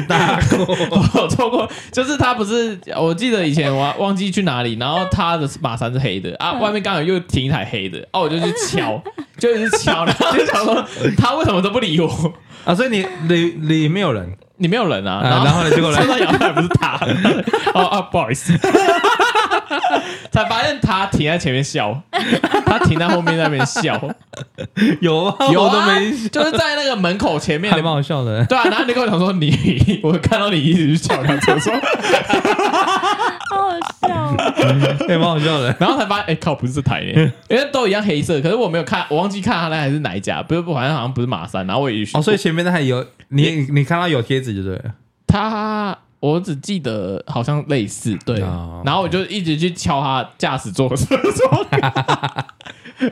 大过，我有错过，就是他不是，我记得以前我忘记去哪里，然后他的马三是黑的啊，外面刚好又停一台黑的，啊，我就去敲， 就一直敲，然后就想说他为什么都不理我，啊，所以你里里没有人，你没有人啊，啊然后然后呢结果呢车上摇摆不是 他，哦啊，不好意思， 才发现他停在前面笑，他停在后面那边 笑，有啊，有哦我啊都没，就是在那个门口前面还的蛮好笑的。 对啊，然后你跟我讲说你， 我看到你一直去敲他厕所，好好笑哦。也蛮好笑的。然后才发现，哎、靠，不是这台耶，因为都一样黑色，可是我没有看，我忘记看他那台是哪一家，不是，不反正好像不是马三，然后我也去哦，所以前面那还有你，你看到有贴纸就对了。他我只记得好像类似，对，哦然后我就一直去敲他驾驶座的车窗，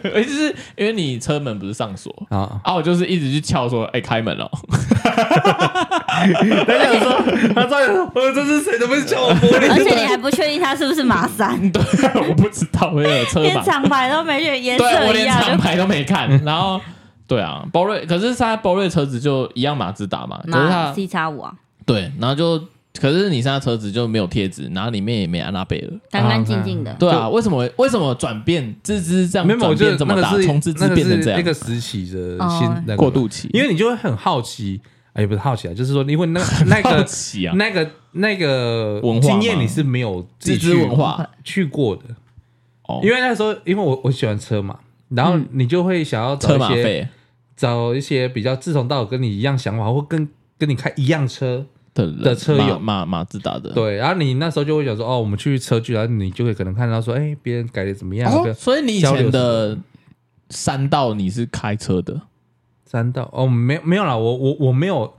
而就是因为你车门不是上锁。啊，啊！我就是一直去敲说，哎、开门了、 他想说，他照样说，呃这是谁？怎么敲我玻而璃？且你还不确定它是不是 马三，对，我不知道，我也有车连吧？厂牌都没确，颜对，我色一连样厂就牌都没看。 然后，对啊，包瑞，可是现在包瑞车子就一样马自达嘛，可是马它 C 叉五啊，对，然后就可是你现在车子就没有贴纸，然后里面也没安娜贝尔。干干净净的。对啊，为什么为什么转变自知这 没样有，我转变觉得这那么个大，是从自知那个变是成这那样个时期的哦新那个过渡期？因为你就会很好奇，哎，也不是好奇啊，就是说，因为那那 好个奇啊，那个那个文化吗经验你是没有自己自知去文化去过的，哦嗯因为那时候因为我我喜欢车嘛，然后你就会想要找车一马些费找一些比较志同道合跟你一样想法，或跟跟你开一样车，的人的车友马马马自达的，对，然后你那时候就会想说，哦，我们去车距，然后你就会可能看到说，哎，别人改的怎么样？哦，跟所以你以交流前什的山道你是开车的三道哦，没没有啦，我我我没有，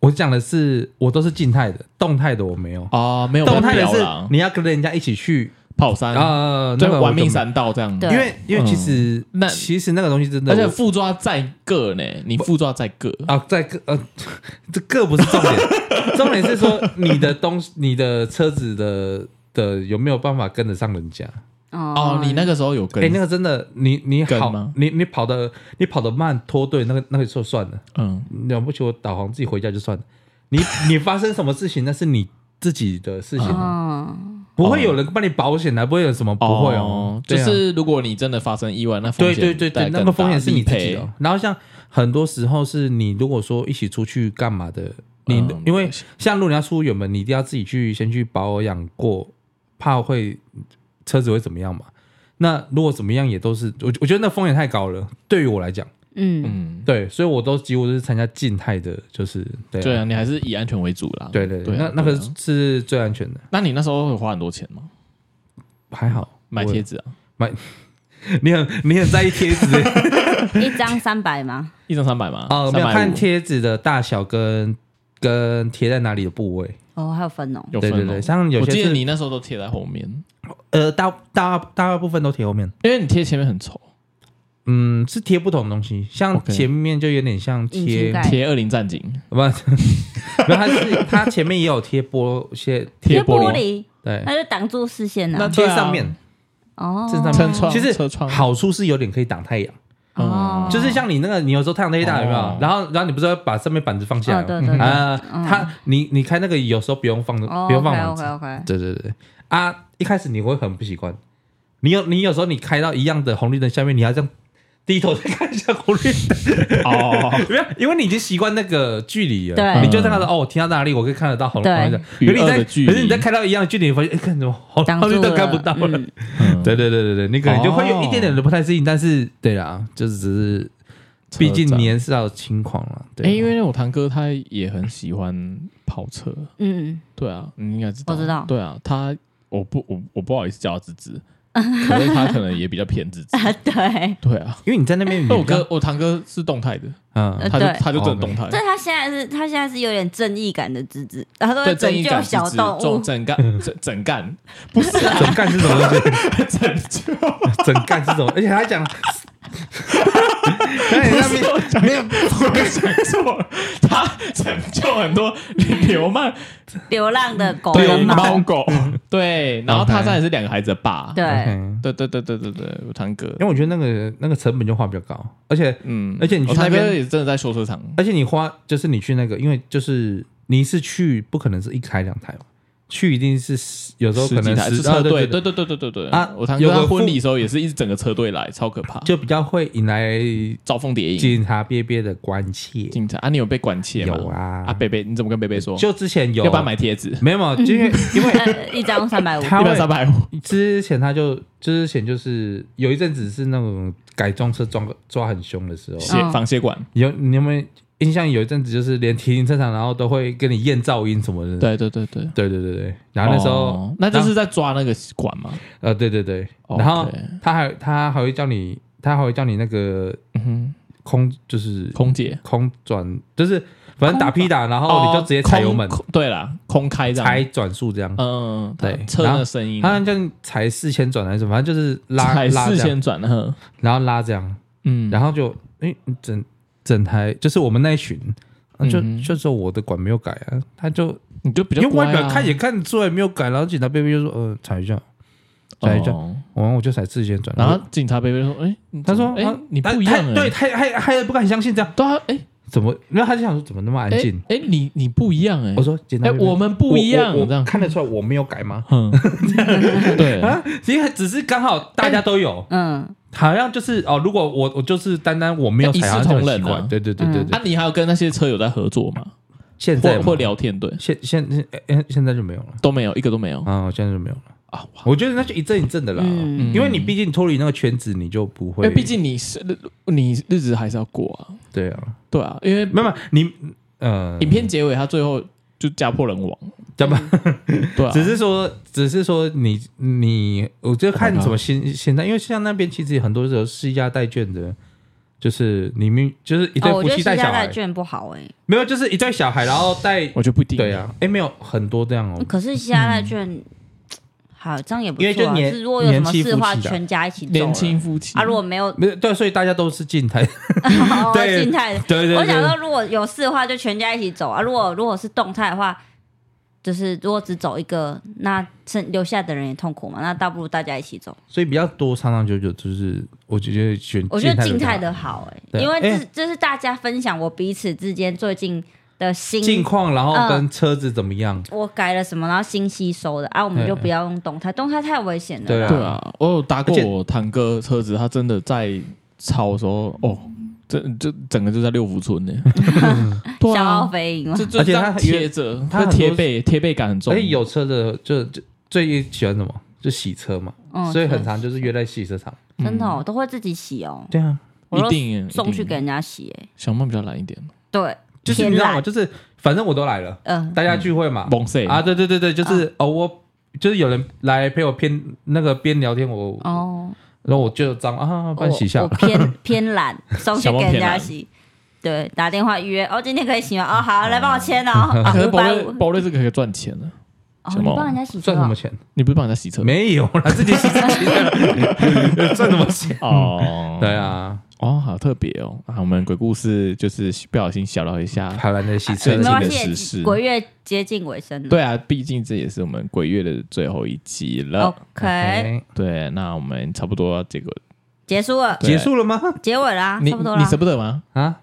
我讲的是我都是静态的，动态的我没有。哦，没有动态的聊是啦，你要跟人家一起去跑山，啊，那就个我玩命没山道这样。对因为因为其实、那其实那个东西真的，而且我副抓在个呢，你副抓在个啊，在个呃，这个不是重点，重点是说你的东西，你的车子的的有没有办法跟得上人家？哦，你那个时候有啊哎、跟那个真的，你你跟好吗，你你跑的你跑得慢拖队，那个那个就算了，嗯了不起我导航自己回家就算了。你你发生什么事情，那是你自己的事情，嗯，不会有人帮你保险的，不会有什么不会哦，哦就对啊是如果你真的发生意外，那风对险对对对，那个风险是你自己的哦。然后像很多时候是你如果说一起出去干嘛的，你、嗯因为像如果你要出远门，你一定要自己去先去保养过，怕会车子会怎么样嘛。那如果怎么样也都是，我我觉得那风险太高了，对于我来讲，嗯，嗯，对，所以我都几乎都是参加静态的，就是对、对啊，你还是以安全为主啦。对对对，对啊，那那对个啊是最安全的，那你那时候会花很多钱吗？还好买贴，纸啊，我你很你很在意贴纸 一张三百吗？一张三百吗？哦，没有看350贴纸的大小跟跟贴在哪里的部位。哦，还有分哦，有对分哦对对，像有我记些得是你那时候都贴在后面，呃大大大部分都贴后面，因为你贴前面很丑。嗯，是贴不同的东西，像 OK 前面就有点像引擎贴，盖贴二零战警，不， 然它是它前面也有贴玻些，贴玻玻，璃，对，那就挡住视线那了。贴对啊上面，哦，这上面车窗其实车窗好处是有点可以挡太阳，哦，就是像你那个，你有时候太阳太大有没哦有？然后然后你不是要把上面板子放下哦，来吗对对对，啊？它你你开那个有时候不用放，哦不用放，OK 板 OK 子，OK，对对对啊！一开始你会很不习惯，你有你有时候你开到一样的红绿灯下面，你还这样低头再看一下红绿灯，哦，没有，因为你已经习惯那个距离了，对你就在那说哦，我听到哪里我可以看得到红对红绿灯，与可是你恶在的距可是你在离开到一样的距离，你发现哎，看怎么红挡红绿住灯了，看不到了。嗯嗯对对对对对，你可能就会有一点点的不太适应，但是对啦，就是只是毕竟车站年少轻狂了，对、哎，因为我堂哥他也很喜欢跑车，嗯，对啊，你应该知道，我知道对啊，他我不我我不好意思叫他芝芝，可是他可能也比较偏 芝芝，啊对，对啊。呃因为你在那边，你 那我哥，我堂哥是动态的，嗯，他就对他就真的动态，但他现在是，他现在是有点正义感的资质，然后都对会正拯义救感小是指动物整，整嗯干整整 干，不是啊整干是什么东西？拯救，整干是什么？而且他还讲，哎那边没有，我讲错了，他拯救很多流氓 流浪的狗对跟猫猫，狗，嗯对，然后他 OK 当然是两个孩子的爸，对，嗯对对对对对对，我堂哥因，为我觉得那个那个成本就花比较高，而且嗯，而且你去我堂那边哥也真的在修车厂，而且你花就是你去那个，因为就是你一次去不可能是一台两台嘛，哦去一定是十有时候可十几能台十是车啊队，对对对对对对对啊我堂有哥个他婚父礼的时候也 是一整个车队来，超可怕，就比较会引来招蜂蝶影。警察憋憋的关切。警察啊，你有被管切吗？有啊啊，贝贝，你怎么跟贝贝说？就之前有要不要买贴纸？没有 没有，因为因为呃一张三百五，他一会哦百三百五，之前他就之前就是有一阵子是那种改装车抓抓很凶的时候，血防血管。有你有没有印象？有一阵子就是连停车场然后都会跟你验噪音什么的。对对对对。对对对对，然后那时候、哦那就是在抓那个管哦嘛。呃对对对， OK 然后他还他还会叫你他还会叫你那个嗯哼，空就是空姐，空转，就是反正打屁打，然后哦你就直接踩油门、空空对啦，空开这踩样。转速这样。嗯，对车然那后个声音，他像踩四千转还是什么，反正就是拉踩拉四这样，千转，哼，然后拉这样，嗯，然后就哎、诶整整台就是我们那一群，啊就、嗯哼就说我的管没有改啊，他就你就比因较为乖外表啊，看也看得出来没有改，然后警察贝贝就说呃踩一下，踩一下，哦然后我就踩四千转，然后警察贝贝说：“哎，你他怎说么哎啊，你他不一他样，对，，他还还不敢相信这样，对啊，哎怎么？然后他就想说怎么那么安哎静？哎，你你不一样，哎我，说警察哎，贝贝我们不一样我我，这样， 看得出来我没有改吗？ 嗯，对，啊，因为只是刚好大家都有，嗯，好像就是哦，如果我我就是单单我没有要一踩，视好像就很同仁奇怪啊对对对对对，啊，你还有跟那些车友在合作吗？现在或嘛或聊天，对，现现现哎现在就没有了都没有，一个都没有啊，现在就没有了。哦啊，哇我觉得那就一阵一阵的啦，嗯因为你毕竟脱离那个圈子，你就不因会。为哎毕竟你是你日子还是要过啊，对啊，对啊，因为没有没有你呃，影片结尾他最后就家破人亡，怎么？ 对啊，只是说，只是说你你，我就看 Oh my God 什么现现在，因为像那边其实也很多时候世家带眷的，就是你们就是一对哦，我夫觉得妻私带小家孩，带券不好哎，没有就是一对小孩，然后带我觉得不一定，对啊，哎、没有很多这样哦、可是私家带券，好，这样也不因为错就啊，年是如果有什么年轻夫事的话，妻的全家一起走年了轻夫妻啊，如果没 有，没有对，所以大家都是静态，哦对静态的。对对对，我想说，如果有事的话，就全家一起走啊。如果如果是动态的话，就是如果只走一个，那剩留下的人也痛苦嘛。那倒不如大家一起走。所以比较多长长久久，就是我觉得选我觉得静态的的好哎、对因为这、哎这是大家分享我彼此之间最近的新近况，然后嗯跟车子怎么样，我改了什么，然后新吸收的啊，我们就对不要用动态，动态太危险了啦。对啊对啊，我有搭过而且我堂哥车子，他真的在吵的时候，哦，这这整个就在六福村 呢，对消耗啊，飞影嘛就，就而 且这他样贴着，他很多贴背贴背感很重所，以有车的就就最喜欢什么，就洗车嘛，嗯所以很常就是约在洗车场。嗯真的、哦、都会自己洗哦，对啊，我都一定耶送一去定给人家洗哎、小梦比较懒一点，对，就是天你知道懒吗？就是反正我都来了，嗯、大家聚会嘛，猛塞啊，对对对对，就是哦，我就是有人来陪我边那个边聊天，我哦，然后我就脏啊，我帮你洗一下我，偏偏懒，送去小猫给人偏家懒洗。对，打 电话预约哦，今天可以洗吗？哦，好，来帮我签哦，啊可是五包百瑞五包瑞这个可以赚钱的，哦，什你么帮人家洗车赚哦、什么钱？你不是帮人家洗车？没有啦，自己洗自己的，赚什么钱？哦， 对，啊，哦，好特别哦。啊，我们鬼故事就是不小心小聊一下。台湾的洗车最哎没近关的时系，事，鬼月接近尾声了。对啊，毕竟这也是我们鬼月的最后一集了。哦 OK，对，那我们差不多要结果，结束了，对结束了吗？结尾啦，你啊差不多啦你。舍不得吗？啊，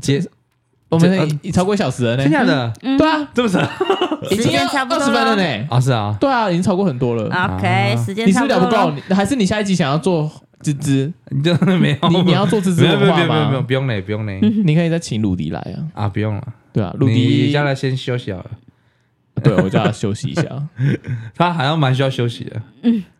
结我这呃们已超过一小时了呢真。的的嗯对啊，这么神已时经间差不二多十分了了呢。啊？是啊，对啊，已经超过很多了。 OK，啊时间你是差不是聊多不够？了。你还是你下一集想要做芝 芝？你就没有你你要做芝芝没有没文有化没有没有没有吗？不用嘞不用嘞你可以再请鲁迪来啊。啊不用了，对啊，鲁你迪叫他先休息好了， 对我叫他休息一下。他好像蛮需要休息的，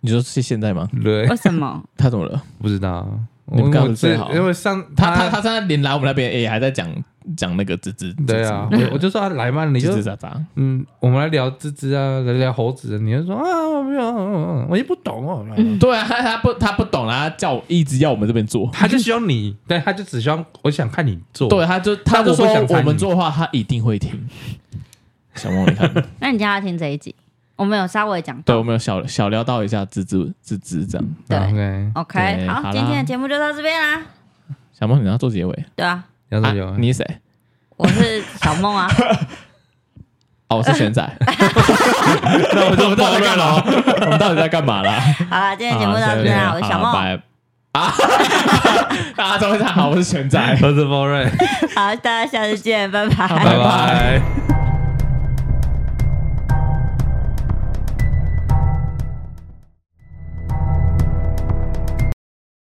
你说是现在吗？对 为，什么？他怎么了？不知道，你我不告诉我最这好因为上他他他现在连来我们那边哎也还在讲讲那个芝芝。对啊， 我我就说他来嘛，你芝就芝，吱吱喳喳。嗯，我们来聊芝芝啊，来聊猴子，你就说啊，我没有，嗯嗯我也不懂哦， 对啊，他他不他不懂啦，他叫我一直要我们这边做。他就希望你，对，他就只希望我想看你做，对，他啊就他但我就不说想参我与们做的话，他一定会听。小梦， 你看，那你叫他听这一集，我们有稍微讲对到。我们有小小聊到一下芝芝芝芝这样。对，OK， OK，对好啦好，今天的节目就到这边啦。小梦，你要做结尾？对啊，要啊是有，你是谁？我是小梦 啊，哦，我是玄 仔。那我我就们到底在干嘛？我们到底在干嘛啦？啊好啦，今天的节目到这边啦，好我是小梦，拜啊， 大家都会好，我是玄仔。 我是 Foray，好，大家下次见，拜拜。拜拜。